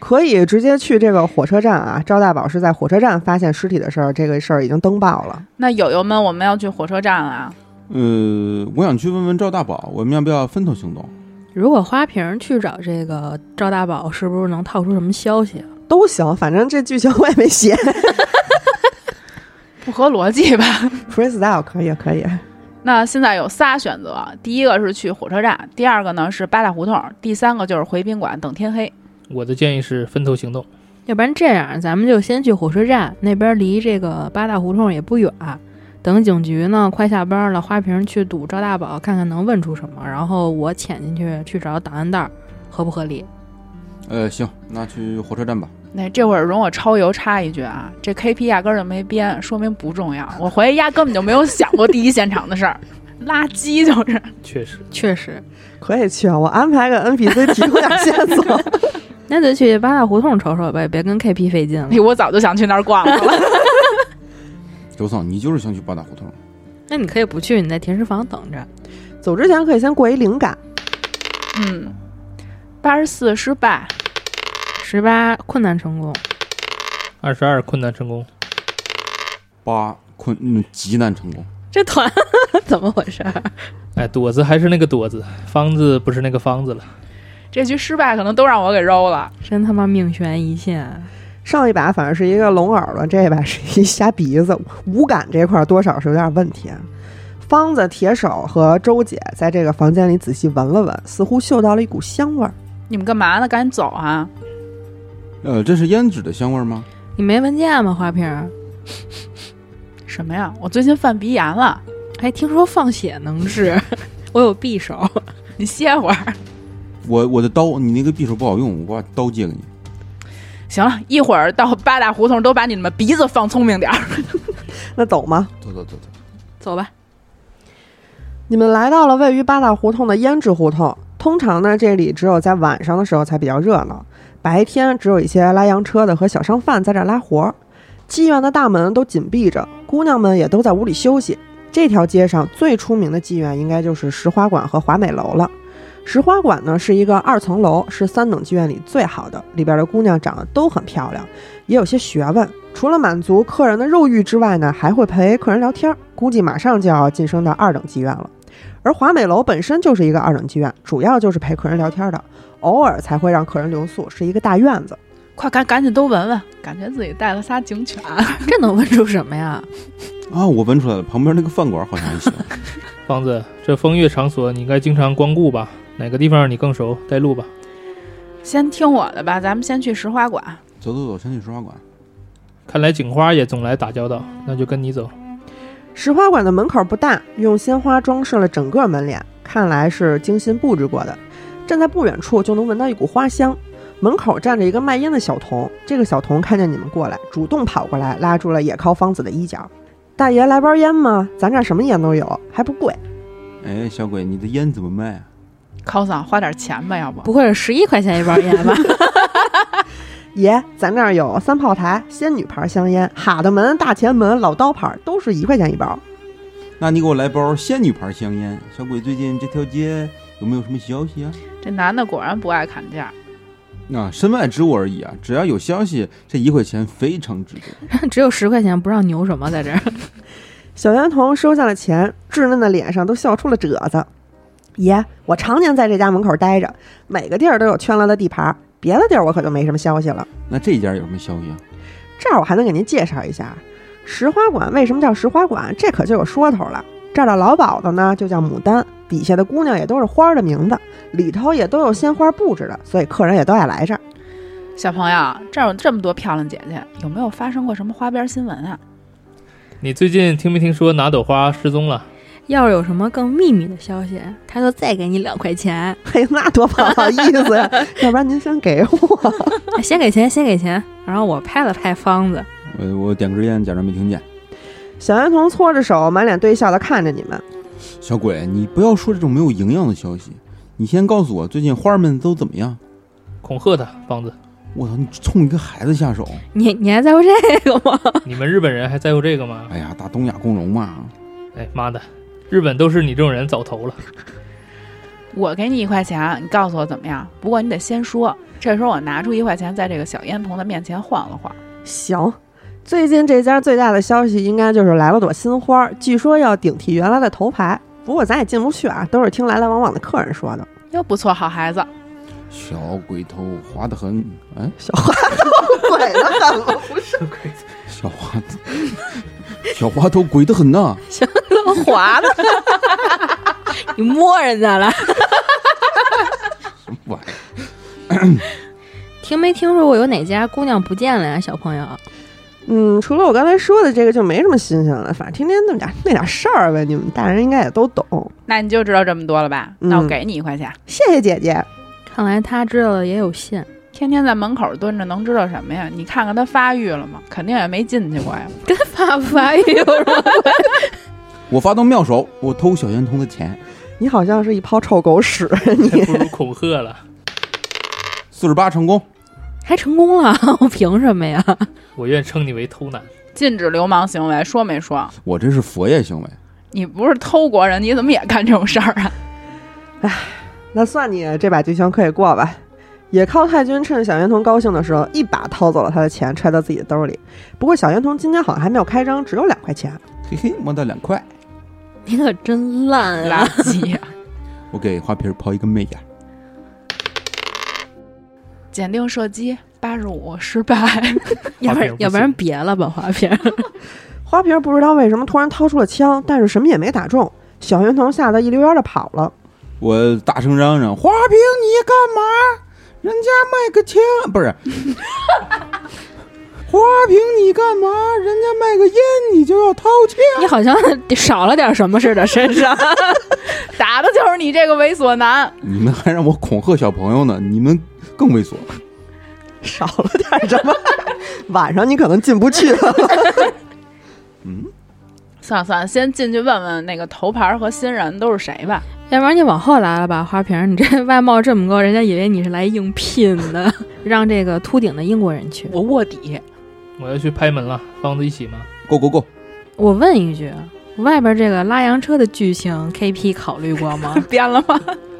可以直接去这个火车站啊。赵大宝是在火车站发现尸体的事儿，这个事儿已经登报了。”
那友友们，我们要去火车站了啊。
呃，我想去问问赵大宝，我们要不要分头行动？
如果花瓶去找这个赵大宝，是不是能套出什么消息？
都行，反正这剧情我也没 *laughs* 写
不合逻辑吧？ *laughs*
，freestyle 啊可以可以。
那现在有仨选择，第一个是去火车站，第二个呢是八大胡同，第三个就是回宾馆等天黑。
我的建议是分头行动。
要不然这样，咱们就先去火车站那边，离这个八大胡同也不远。等警局呢快下班了，花瓶去堵赵大宝，看看能问出什么。然后我潜进去去找档案袋儿，合不合理？
呃，行，那去火车站吧。
那这会儿容我超油插一句啊，这 KP 压根儿就没编，说明不重要。我怀疑压根本就没有想过第一现场的事儿，垃圾就是。
确实，
确实，
可以去啊，我安排个 NPC 提供点线索。
那就去八大胡同瞅瞅呗，别跟 KP 费劲了
哎，。我早就想去那儿逛了。 *laughs*
周丧，你就是想去八大胡同。
那你可以不去，你在停尸房等着。
*laughs* 走之前可以先过一灵感，
嗯，八十四失败，
十八困难成功，
二十二困难成功，
八困，嗯，极难成功。
这 *laughs* 团怎么回事？
哎，朵子还是那个朵子，方子不是那个方子了。
这局失败可能都让我给揉了。
真他妈命悬一线！
上一把反正是一个聋耳朵，这一把是一瞎鼻子，五感这块儿多少是有点问题啊。方子、铁手和周姐在这个房间里仔细闻了闻，似乎嗅到了一股香味儿。
你们干嘛呢？赶紧走啊！
呃，这是胭脂的香味儿吗？
你没闻见吗？花瓶儿，
什么呀？我最近犯鼻炎了，
哎，听说放血能治， *laughs* 我有匕首。 *laughs*
你歇会儿。
我我的刀，你那个匕首不好用，我把刀借给你。
行了，一会儿到八大胡同都把你们鼻子放聪明点儿。
那走吗？
走走走走。
走吧，
你们来到了位于八大胡同的胭脂胡同。通常呢，这里只有在晚上的时候才比较热闹，白天只有一些拉洋车的和小商贩在这儿拉活儿。妓院的大门都紧闭着，姑娘们也都在屋里休息。这条街上最出名的妓院应该就是石花馆和华美楼了。石花馆呢是一个二层楼，是三等妓院里最好的，里边的姑娘长得都很漂亮，也有些学问。除了满足客人的肉欲之外呢，还会陪客人聊天儿。估计马上就要晋升到二等妓院了。而华美楼本身就是一个二等妓院，主要就是陪客人聊天的，偶尔才会让客人留宿，是一个大院子。
快赶赶紧都闻闻，感觉自己带了仨警犬。 *laughs*
这能闻出什么呀？
啊，我闻出来了，旁边那个饭馆好像还 *laughs* 行。
方子，这风月场所你应该经常光顾吧？哪个地方你更熟？带路吧。
先听我的吧，咱们先去石花馆。
走走走，先去石花馆。
看来警花也总来打交道，那就跟你走。
石花馆的门口不大，用鲜花装饰了整个门脸，看来是精心布置过的。站在不远处就能闻到一股花香。门口站着一个卖烟的小童，这个小童看见你们过来，主动跑过来，拉住了野尻芳子的衣角：“大爷，来包烟吗？咱这儿什么烟都有，还不贵。
哎，小鬼，你的烟怎么卖啊？
高嫂，花点钱吧，要不
不会是十一块钱一包烟吧？ *laughs*
爷，咱这儿有三炮台、仙女牌香烟、哈德门、大前门、老刀牌，都是一块钱一包。
那你给我来包仙女牌香烟。小鬼，最近这条街有没有什么消息啊？
这男的果然不爱砍价。
啊，身外之物而已啊，只要有消息，这一块钱非常值得。
只有十块钱，不知道牛什么在这儿。 *laughs*
小圆童收下了钱，稚嫩的脸上都笑出了褶子。爷，我常年在这家门口待着，每个地儿都有圈了的地盘儿。别的地儿我可就没什么消息了。
那这家有什么消息啊？
这儿我还能给您介绍一下，啊石花馆为什么叫石花馆，这可就有说头了。这儿的老鸨子呢，就叫牡丹，底下的姑娘也都是花儿的名字，里头也都有鲜花布置的，所以客人也都爱来这儿。 *laughs*
小朋友，这儿有这么多漂亮姐姐，有没有发生过什么花边新闻啊？
你最近听没听说哪朵花失踪了？
要是有什么更秘密的消息，他就再给你两块钱，
嘿，哎那多不好意思呀，要不然您先给我。 *laughs*
哎先给钱，先给钱。然后我拍了拍方子，
我呃我点根烟，假装没听见。
小圆童搓着手，满脸堆笑的看着你们。
小鬼，你不要说这种没有营养的消息，你先告诉我最近花儿们都怎么样？
恐吓他，方子，
我操，你冲一个孩子下手！
你你还在乎这个吗？ *laughs*
你们日本人还在乎这个吗？
哎呀，大东亚共荣嘛，
哎妈的，日本都是你这种人早投了。
我给你一块钱，你告诉我怎么样？不过你得先说。这时候我拿出一块钱，在这个小烟筒的面前晃了晃。
行，最近这家最大的消息应该就是来了朵新花儿，据说要顶替原来的头牌。不过咱也进不去啊，都是听来来往往的客人说的。
哟，不错，好 *laughs* 孩子。
小鬼头滑得很，哎，
小花头 *laughs* 鬼了很吗？
小滑， *laughs* 小滑头鬼得很呐、
滑的，你摸人家了？
什么玩意儿？
*coughs* 听没听说过有哪家姑娘不见了呀，小朋友？
*laughs* 嗯，除了我刚才说的这个，就没什么新鲜了。反正天天那么点那点事儿呗，你们大人应该也都懂。
*laughs* 那你就知道这么多了吧？
嗯
那我给你一块钱。
谢谢姐姐，
看来她知道的也有限。
天天在门口蹲着，能知道什么呀？你看看他发育了吗？肯定也没进去过呀。
跟发不发育有什么？
我发动妙手，我偷小圆通的钱。
你好像是一泡臭狗屎， *laughs* 你
*laughs* 还不如恐吓了。
四十八成功，
*laughs* 还成功了？ *laughs* 我凭什么呀？
我愿称你为偷男。
禁止流氓行为，说没说？
我这是佛爷行为。
你不是偷国人，你怎么也干这种事儿啊？
那算你这把剧情可以过吧。野靠太君趁小圆童高兴的时候，一把掏走了他的钱，揣到自己的兜里。不过小圆童今天好像还没有开张，只有两块钱。
嘿嘿，摸到两块，
你可真烂
垃
啊！
圾呀、
我给花瓶抛一个媚眼。
检定射击八十五失败， *laughs*
要不
花
然
瓶不行
要不然别了吧，花瓶。
花瓶不知道为什么突然掏出了枪，但是什么也没打中。小圆童吓得一溜烟的跑了。
我大声嚷嚷：“花瓶，你干嘛？人家卖个枪不 *laughs* 是？花瓶，你干嘛？人家卖个烟，你就要掏枪？
你好像少了点什么似的，身 *laughs* 上
打的就是你这个猥琐男。
你们还让我恐吓小朋友呢，你们更猥琐。
少了点 *laughs* 什么？晚上你可能进不去了。
算了算了，先进去问问那个头牌和新人都是谁吧。
要不然你往后来了吧，花瓶。你这外貌这么高，人家以为你是来应聘的， *laughs* 让这个秃顶的英国人去。
我卧底，
我要去拍门了，方子一起吗？
Go go go！
我问一句，外边这个拉洋车的剧情，KP 考虑过 *laughs* 吗？
*laughs* 编了吗？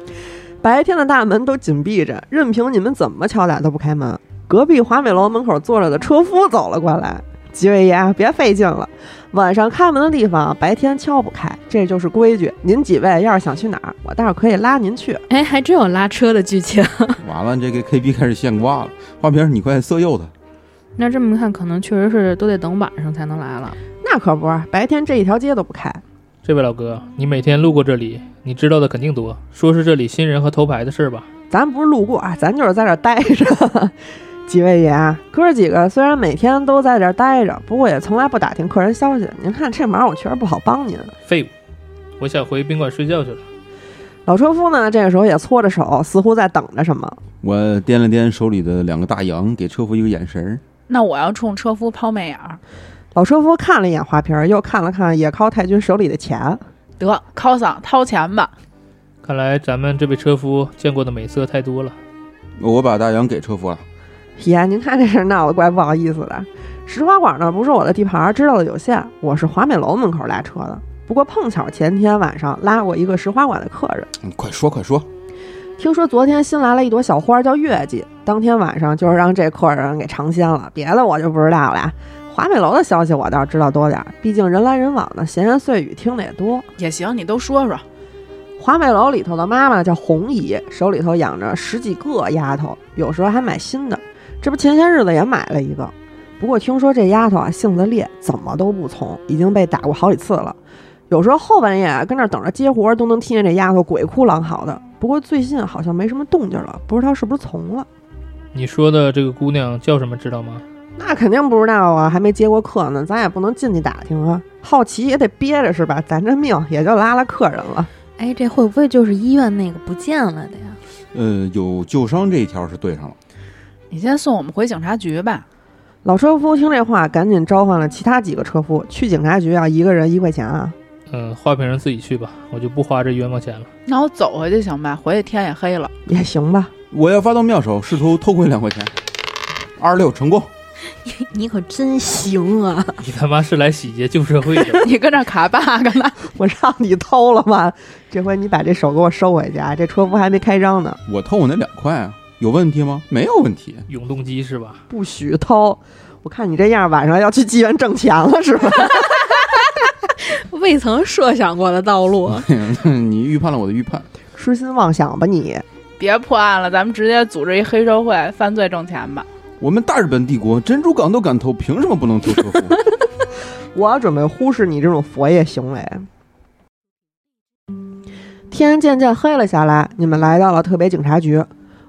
*laughs* 白天的大门都紧闭着，任凭你们怎么敲打都不开门。隔壁华美楼门口坐着的车夫走了过来，几位爷啊，别费劲了，晚上开门的地方白天敲不开，这就是规矩。您几位要是想去哪儿，我待会儿可以拉您去。
哎，还真有拉车的剧情。
*laughs* 完了，这个 KB 开始现挂了。花瓶，你快色诱他！
那这么看，可能确实是都得等晚上才能来了。
那可不是，白天这一条街都不开。
这位老哥，你每天路过这里，你知道的肯定多。说是这里新人和头牌的事儿吧？
咱不是路过啊，咱就是在这儿待着。几位爷啊，哥几个虽然每天都在这儿待着，不过也从来不打听客人消息。您看这忙，我确实不好帮您。
废物！我想回宾馆睡觉去了。
老车夫呢，这个时候也搓着手，似乎在等着什么。
我掂了掂手里的两个大洋，给车夫一个眼神儿。
那我要冲车夫抛媚眼儿，
老车夫看了一眼花瓶儿，又看了看野尻太君手里的钱。
得犒赏掏钱吧。
看来咱们这位车夫见过的美色太多了。
我把大洋给车夫了。
爷，您看这事儿闹得怪不好意思的。石花馆呢不是我的地盘儿，知道的有限。我是华美楼门口拉车的，不过碰巧前天晚上拉过一个石花馆的客人。
你嗯快说快说！
听说昨天新来了一朵小花，叫月季。当天晚上就是让这客人给尝鲜了，别的我就不知道了呀。华美楼的消息我倒是知道多点儿，毕竟人来人往的，闲言碎语听得也多。
也行，你都说说。
华美楼里头的妈妈叫红姨，手里头养着十几个丫头，有时候还买新的。这不前些日子也买了一个，不过听说这丫头啊性子烈，怎么都不从，已经被打过好几次了。有时候后半夜啊跟那儿等着接活儿，都能听见这丫头鬼哭狼嚎的。不过最近好像没什么动静了，不知道是不是从了。
你说的这个姑娘叫什么，知道吗？
那肯定不知道啊，还没接过客呢，咱也不能进去打听啊。好奇也得憋着是吧？咱这命也就拉拉客人了。
哎，这会不会就是医院那个不见了的呀？
呃，有旧伤这一条是对上了。
你先送我们回警察局吧。
老车夫听这话，赶紧召唤了其他几个车夫去警察局啊，一个人一块钱啊。 *laughs*
嗯，花瓶自己去吧，我就不花这冤枉钱了。 *laughs*
那我走回去行吧，回去天也黑了。
也行吧。
我要发动妙手，试图偷窥两块钱。二十六成功，
你可真行啊！
你他妈是来洗劫旧社会的？
*laughs*
*laughs*
你跟这儿卡 bug 呢？
我让你偷了吗？这回你把这手给我收回去啊！这车夫还没开张呢，
我偷我那两块啊，有问题吗？没有问题。 *laughs*
永动机是吧？
不许偷！我看你这样，晚上要去妓院挣钱了是吧？ *laughs*
未曾设想过的道路，
你预判了我的预判。
痴心妄想吧你！
*laughs* 别破案了，咱们直接组织一黑社会犯罪挣钱吧。
我们大日本帝国珍珠港都敢偷，凭什么不能偷车夫？
我准备忽视你这种佛爷行为。天渐渐黑了下来，你们来到了特别警察局，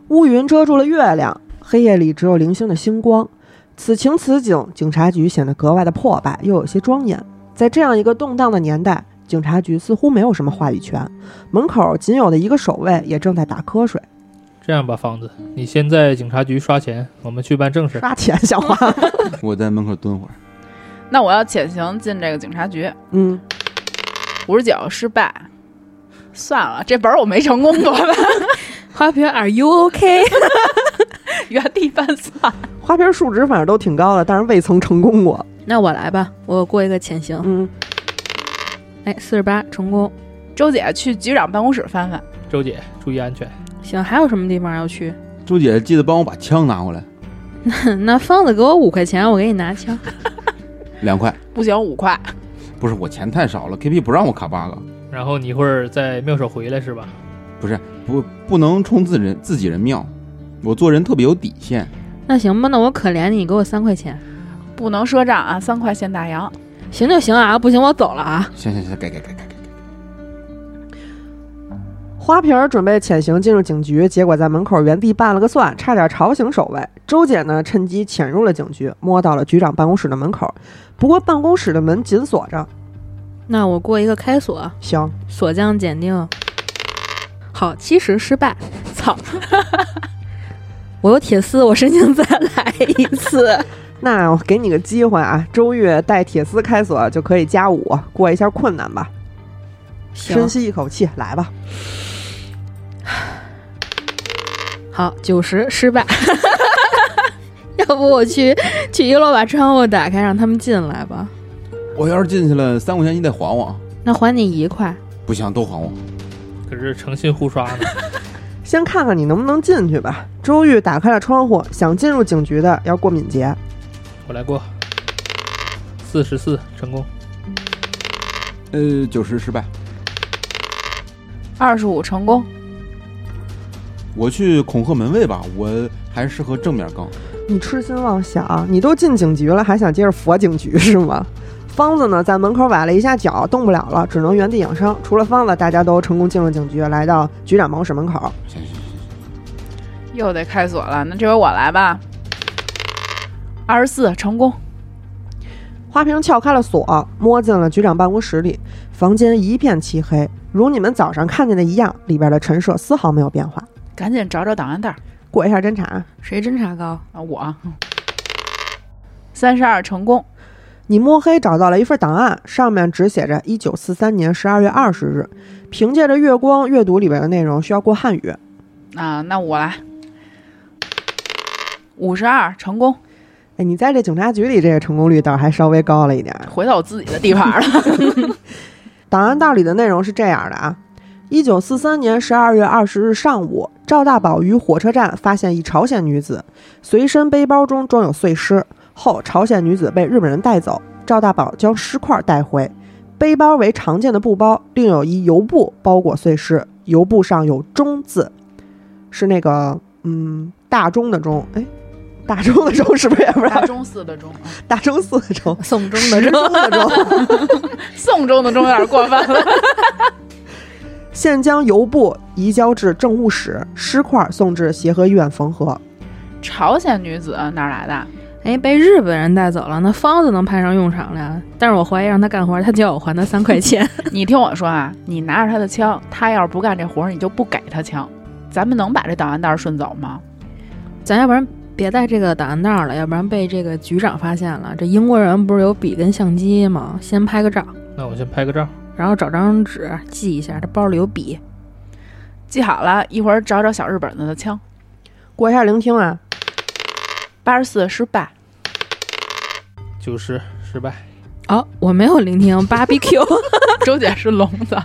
乌云遮住了月亮，黑夜里只有零星的星光。此情此景，警察局显得格外的破败，又有些庄严。在这样一个动荡的年代，警察局似乎没有什么话语权，门口仅有的一个守卫也正在打瞌睡。
这样吧，房子，你先在警察局刷钱，我们去办正事。
刷钱想花，
我在门口蹲会儿。
那我要潜行进这个警察局，
嗯，
五十九失败，算了，这本儿我没成功过吧， *laughs*
花瓶，Are you *laughs* OK？
原地犯错。
花瓶数值反正都挺高的，但是未曾成功过。
那我来吧，我过一个潜行。
嗯，
哎，四十八成功。
周姐去局长办公室翻翻，
周姐，注意安全。
行，还有什么地方要去？
周姐，记得帮我把枪拿回来，
那方子给我五块钱，我给你拿枪。
两块。
不行五块，
不是我钱太少了，KP 不让我卡 bug，
然后你一会儿再妙手回来是吧？
不不能冲自人自己人庙。我做人特别有底线。
那行吧，那我可怜你，给我三块钱。
不能赊账啊，三块现大洋。
行就行啊，不行我走了啊。
行行行，改改改改改。
花瓶儿准备潜行进入警局，结果在门口原地拌了个蒜，差点吵醒守卫。周姐呢，趁机潜入了警局，摸到了局长办公室的门口。不过办公室的门紧锁着。
那我过一个开锁，
行，
锁匠鉴定。好，七十失败。操！ *laughs* 我有铁丝，我申请再来一次。
那我给你个机会啊，周月带铁丝开锁就可以加五，过一下困难吧。深
行，
吸一口气，来吧。
好，九十失败。 *laughs* 要不我去去一楼把窗户打开，让他们进来吧。
我要是进去了，三块钱你得还我啊！
那还你一块。
不行，都还我。
可是诚信互刷呢。 *laughs*
先看看你能不能进去吧。周玉打开了窗户，想进入警局的要过敏捷。
我来过，四十四成功。
呃，九十失败。
二十五成功，
我去恐吓门卫吧，我还是适合正面刚。
你痴心妄想，你都进警局了，还想接着佛警局是吗？ *laughs* 方子呢，在门口崴了一下脚，动不了了，只能原地养伤。除了方子，大家都成功进入警局，来到局长办公室门口。
行行行，
又得开锁了。那这回我来吧，二十四成功，
花瓶撬开了锁，摸进了局长办公室里。房间一片漆黑，如你们早上看见的一样，里边的陈设丝毫没有变化。
赶紧找找档案袋儿
过一下侦查，
谁侦查高？
啊！我三十二成功，
你摸黑找到了一份档案，上面只写着一九四三年十二月二十日。凭借着月光阅读里边的内容，需要过汉语。
啊，那我来，五十二成功，
哎，你在这警察局里这个成功率倒是还稍微高了一点儿。
回到我自己的地盘 *laughs* 了。
档案袋里的内容是这样的啊：一九四三年十二月二十日上午，赵大宝于火车站发现一朝鲜女子，随身背包中装有碎尸。后，朝鲜女子被日本人带走，赵大宝将尸块带回，背包为常见的布包，另有一油布包裹碎尸，油布上有“钟”字，是那个嗯大钟的钟，哎，大钟的钟是不是也不是
大钟寺的钟，
大钟寺的钟？
送终的
时
时候 *laughs*
钟的钟。
宋钟的钟有点过分了。
*laughs* 现将油布移交至政务室，尸块送至协和医院缝合。
朝鲜女子哪儿来的？
哎，被日本人带走了，那方子能派上用场了呀。但是我怀疑让他干活，他就要我还他三块钱。 *laughs*
你听我说啊，你拿着他的枪，他要是不干这活儿，你就不给他枪。咱们能把这档案袋儿顺走吗？
咱要不然别带这个档案袋儿了，要不然被这个局长发现了。这英国人不是有笔跟相机吗？先拍个照，
那我先拍个照。
然后找张纸记一下，他包里有笔。
记好了，一会儿找找小日本子的枪。
过一下聆听啊，
八十四失败，
九十失败，
哦，我没有聆听 BBQ，
周姐是聋子。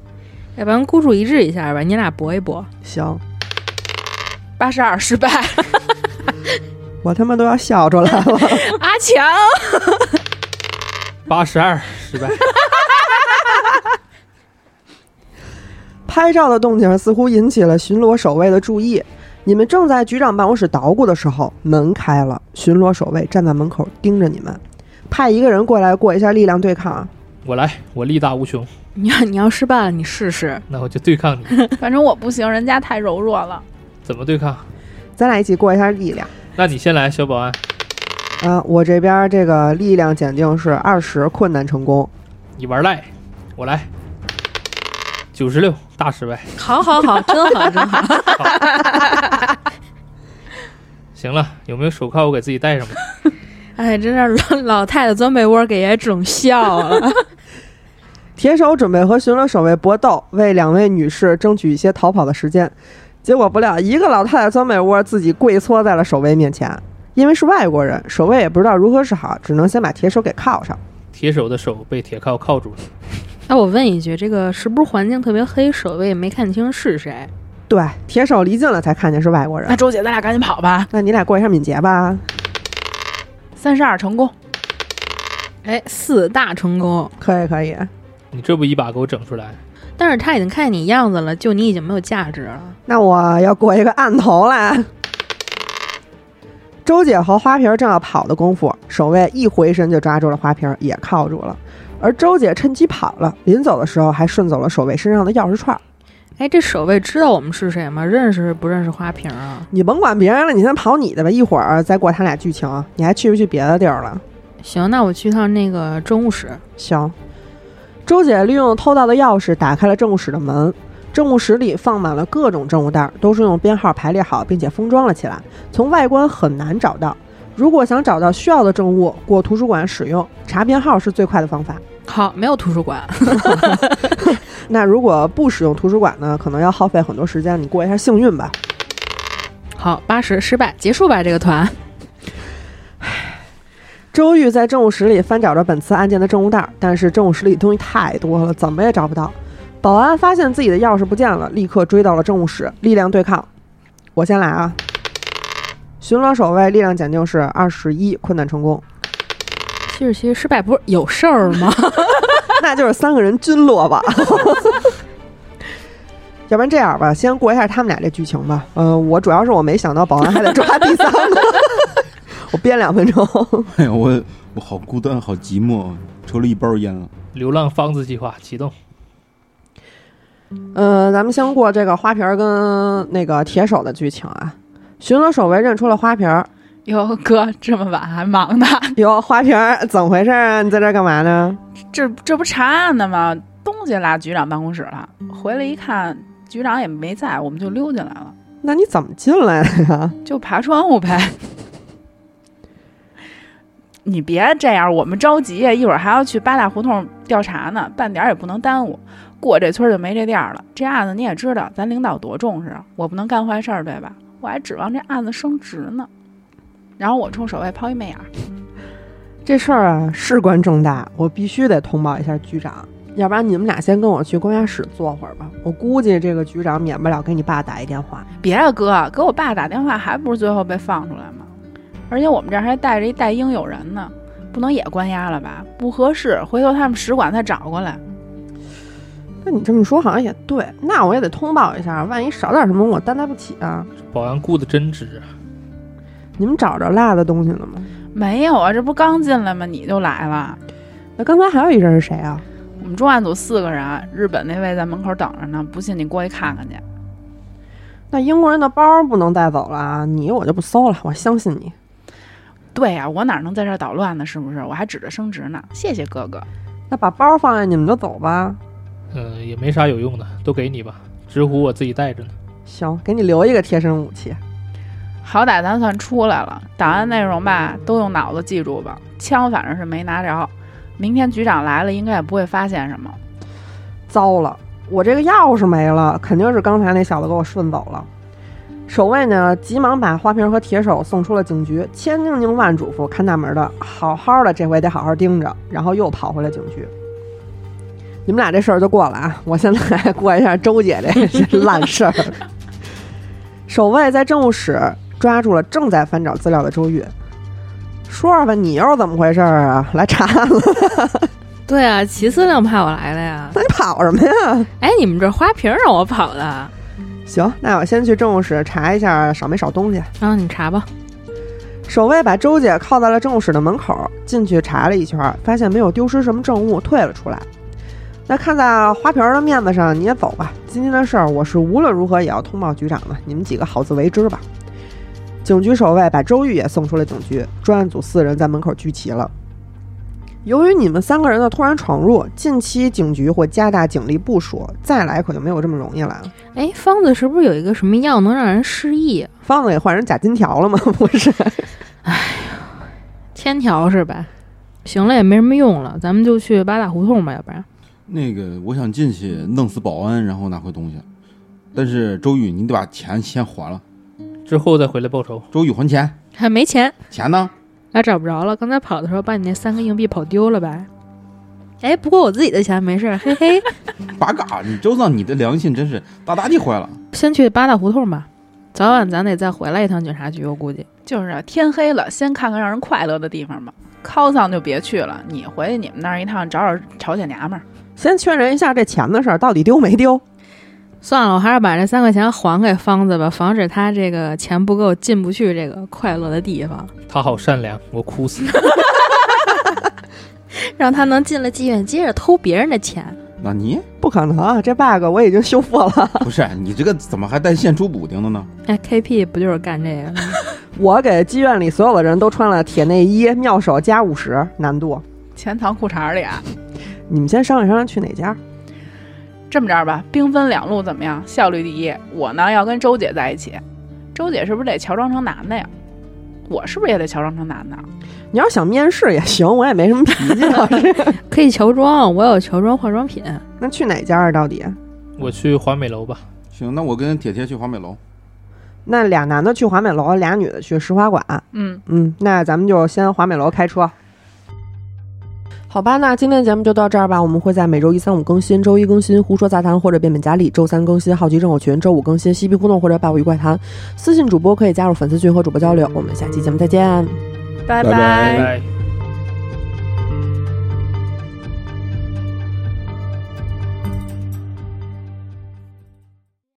*laughs* 要不然孤注一掷一下吧，你俩搏一搏。
行，
八十二失败，
我他妈都要笑出来了。
*laughs*
*laughs*
阿强，
八十二失败，
拍照的动静似乎引起了巡逻守卫的注意。你们正在局长办公室捣鼓的时候，门开了，巡逻守卫站在门口盯着你们，派一个人过来过一下力量对抗啊。
我来，我力大无穷，
你要你要失败了，你试试。
那我就对抗你。
反正我不行，人家太柔弱了。
怎么对抗？
咱俩一起过一下力量。
那你先来，小保安，
啊、我这边这个力量检定是二十，困难成功。
你玩赖，我来。九十六大失败，
好好好，真好真好。
行了，有没有手铐？我给自己戴上吧。
*laughs* 哎，真是老老太太钻被窝给爷整笑了。
铁手准备和巡逻守卫搏斗，为两位女士争取一些逃跑的时间。结果不料，一个老太太钻被窝，自己跪搓在了守卫面前。因为是外国人，守卫也不知道如何是好，只能先把铁手给铐上。
铁手的手被铁铐铐住了。
那我问一句，这个是不是环境特别黑，守卫也没看清是谁？
对，铁手离近了才看见是外国
那
人。
周姐，咱俩赶紧跑吧。
那你俩过一下敏捷吧。
三十二成功，
哎，四大成功。
可以，可以。
你这不一把给我整出来？
但是他已经看见你样子了，就你已经没有价值了。
那我要过一个案头啦。周姐和花瓶儿正要跑的功夫，守卫一回身就抓住了花瓶儿，也铐住了。而周姐趁机跑了，临走的时候还顺走了守卫身上的钥匙串儿。
哎，这守卫知道我们是谁吗？认识不认识花瓶啊？
你甭管别人了，你先跑你的吧，一会儿再过他俩剧情。你还去不去别的地儿了？
行，那我去趟那个政务室。
行。周姐利用偷盗的钥匙打开了政务室的门，政务室里放满了各种政务袋，都是用编号排列好，并且封装了起来，从外观很难找到。如果想找到需要的政务，过图书馆使用，查编号是最快的方法。
好，没有图书馆。
那如果不使用图书馆呢，可能要耗费很多时间，你过一下幸运吧。
好，八十失败，结束吧这个团。
周玉在政务室里翻找着本次案件的政务袋儿，但是政务室里东西太多了，怎么也找不到。保安发现自己的钥匙不见了，立刻追到了政务室，力量对抗。我先来啊！巡逻守卫力量检定是二十一，困难成功， *laughs*
七十七失败，不是有事儿吗？ *laughs*
那就是三个人均落榜。 *laughs* 要不然这样吧，先过一下他们俩这剧情吧。呃，我主要是我没想到保安还得抓第三个， *laughs* 我编两分钟。
哎呀，我我好孤单，好寂寞，抽了一包烟啊。
流浪方子计划启动。
呃，咱们先过这个花瓶儿跟那个铁手的剧情啊。巡逻守卫认出了花瓶儿，
哟哥，这么晚还忙呢？
哟，花瓶儿怎么回事啊？你在这儿干嘛呢？
这这不查案呢吗？东西落局长办公室了，回来一看，局长也没在，我们就溜进来了，
那你怎么进来的呀？
就爬窗户呗。 *laughs* 你别这样，我们着急呀，一会儿还要去八大胡同调查呢，半点儿也不能耽误。过这村儿就没这店儿了。这案子你也知道，咱领导多重视啊，我不能干坏事儿，对吧？我还指望这案子升职呢。然后我冲守卫抛一媚眼儿，
这事儿啊事关重大，我必须得通报一下局长，要不然你们俩先跟我去关押室坐会儿吧。我估计这个局长免不了给你爸打一电话。
别啊，哥，给我爸打电话还不是最后被放出来吗？而且我们这儿还带着一带英友人呢，不能也关押了吧？不合适，回头他们使馆再找过来。
那你这么说好像也对，那我也得通报一下，万一少点什么我担待不起啊。
保安雇的真值啊，
你们找着落的东西了吗？
没有啊，这不刚进来吗？你就来了。
那刚才还有一人是谁啊？
我们重案组四个人，日本那位在门口等着呢，不信你过去看看去。
那英国人的包不能带走了啊！你我就不搜了，我相信你。
对呀、我哪能在这儿捣乱呢？是不是？我还指着升职呢。谢谢哥哥。
那把包放下，你们就走吧。
嗯、也没啥有用的，都给你吧。纸虎我自己带着呢。
行，给你留一个贴身武器。
好歹咱算出来了，档案内容吧，都用脑子记住吧。枪反正是没拿着，明天局长来了，应该也不会发现什么。
糟了，我这个钥匙没了，肯定是刚才那小子给我顺走了。守卫呢，急忙把花瓶和铁手送出了警局，千叮咛万嘱咐看大门的，好好的，这回得好好盯着。然后又跑回了警局。你们俩这事儿就过了啊！我现在过一下周姐这这烂事儿。守卫在政务室抓住了正在翻找资料的周玉，说说吧，你又是怎么回事儿啊？来查案了，
对啊，齐司令派我来的呀。
你跑什么呀？
哎，你们这花瓶让我跑的啊？
行，那我先去政务室查一下少没少东西。
啊，你查吧。
守卫把周姐铐在了政务室的门口，进去查了一圈，发现没有丢失什么证物，退了出来。那看在花瓶儿的面子上，你也走吧。今天的事儿，我是无论如何也要通报局长的，你们几个好自为之吧。警局守卫把周玉也送出了警局，专案组四人在门口聚齐了。由于你们三个人的突然闯入，近期警局会加大警力部署，再来可就没有这么容易了。
哎，方子是不是有一个什么药能让人失忆？
方子给换成假金条了吗？不是，
天条是吧？行了，也没什么用了，咱们就去八大胡同吧，要不然。
那个，我想进去弄死保安，然后拿回东西。但是周宇，你得把钱先还了。
之后再回来报仇。
周宇还钱，
还没钱，
钱呢？
啊，找不着了。刚才跑的时候把你那三个硬币跑丢了吧？哎，不过我自己的钱没事儿，嘿嘿。
八嘎！你周藏，你的良心真是大大地坏了。
先去八大胡同吧，早晚咱得再回来一趟警察局，我估计。
就是啊天黑了，先看看让人快乐的地方吧。靠丧就别去了，你回去你们那儿一趟找找朝鲜娘们儿。
先确认一下这钱的事儿到底丢没丢。
算了，我还是把这三块钱还给方子吧，防止他这个钱不够进不去这个快乐的地方，
他好善良，我哭死。
让他能进了妓院接着偷别人的钱。
那你
不可能，啊这 bug 我已经修复了。 *laughs*
不是你这个怎么还带现出补丁的呢？
哎，KP 不就是干这个的吗？
我给妓院里所有的人都穿了铁内衣，妙手加五十难度。
钱藏裤衩里啊。
你们先商量商量去哪家。
这么着吧，兵分两路怎么样？效率第一，我呢要跟周姐在一起。周姐是不是得乔装成男的呀？我是不是也得乔装成男的？啊
你要想面试也行，我也没什么脾气啊倒是。
可以乔装，我有乔装化妆品。
*laughs* 那去哪家啊？到底？
我去华美楼吧，
行，那我跟铁铁去华美楼。
那俩男的去华美楼，俩女的去石花馆。
嗯，
嗯，那咱们就先华美楼开车。好吧，那今天的节目就到这儿吧。我们会在每周一、三、五更新，周一更新《胡说杂谈》或者《变本加厉》，周三更新《好奇症候群》，周五更新《嬉皮互动》或者《百无一怪谈》。私信主播可以加入粉丝群和主播交流。我们下期节目再见。
拜
拜拜
拜。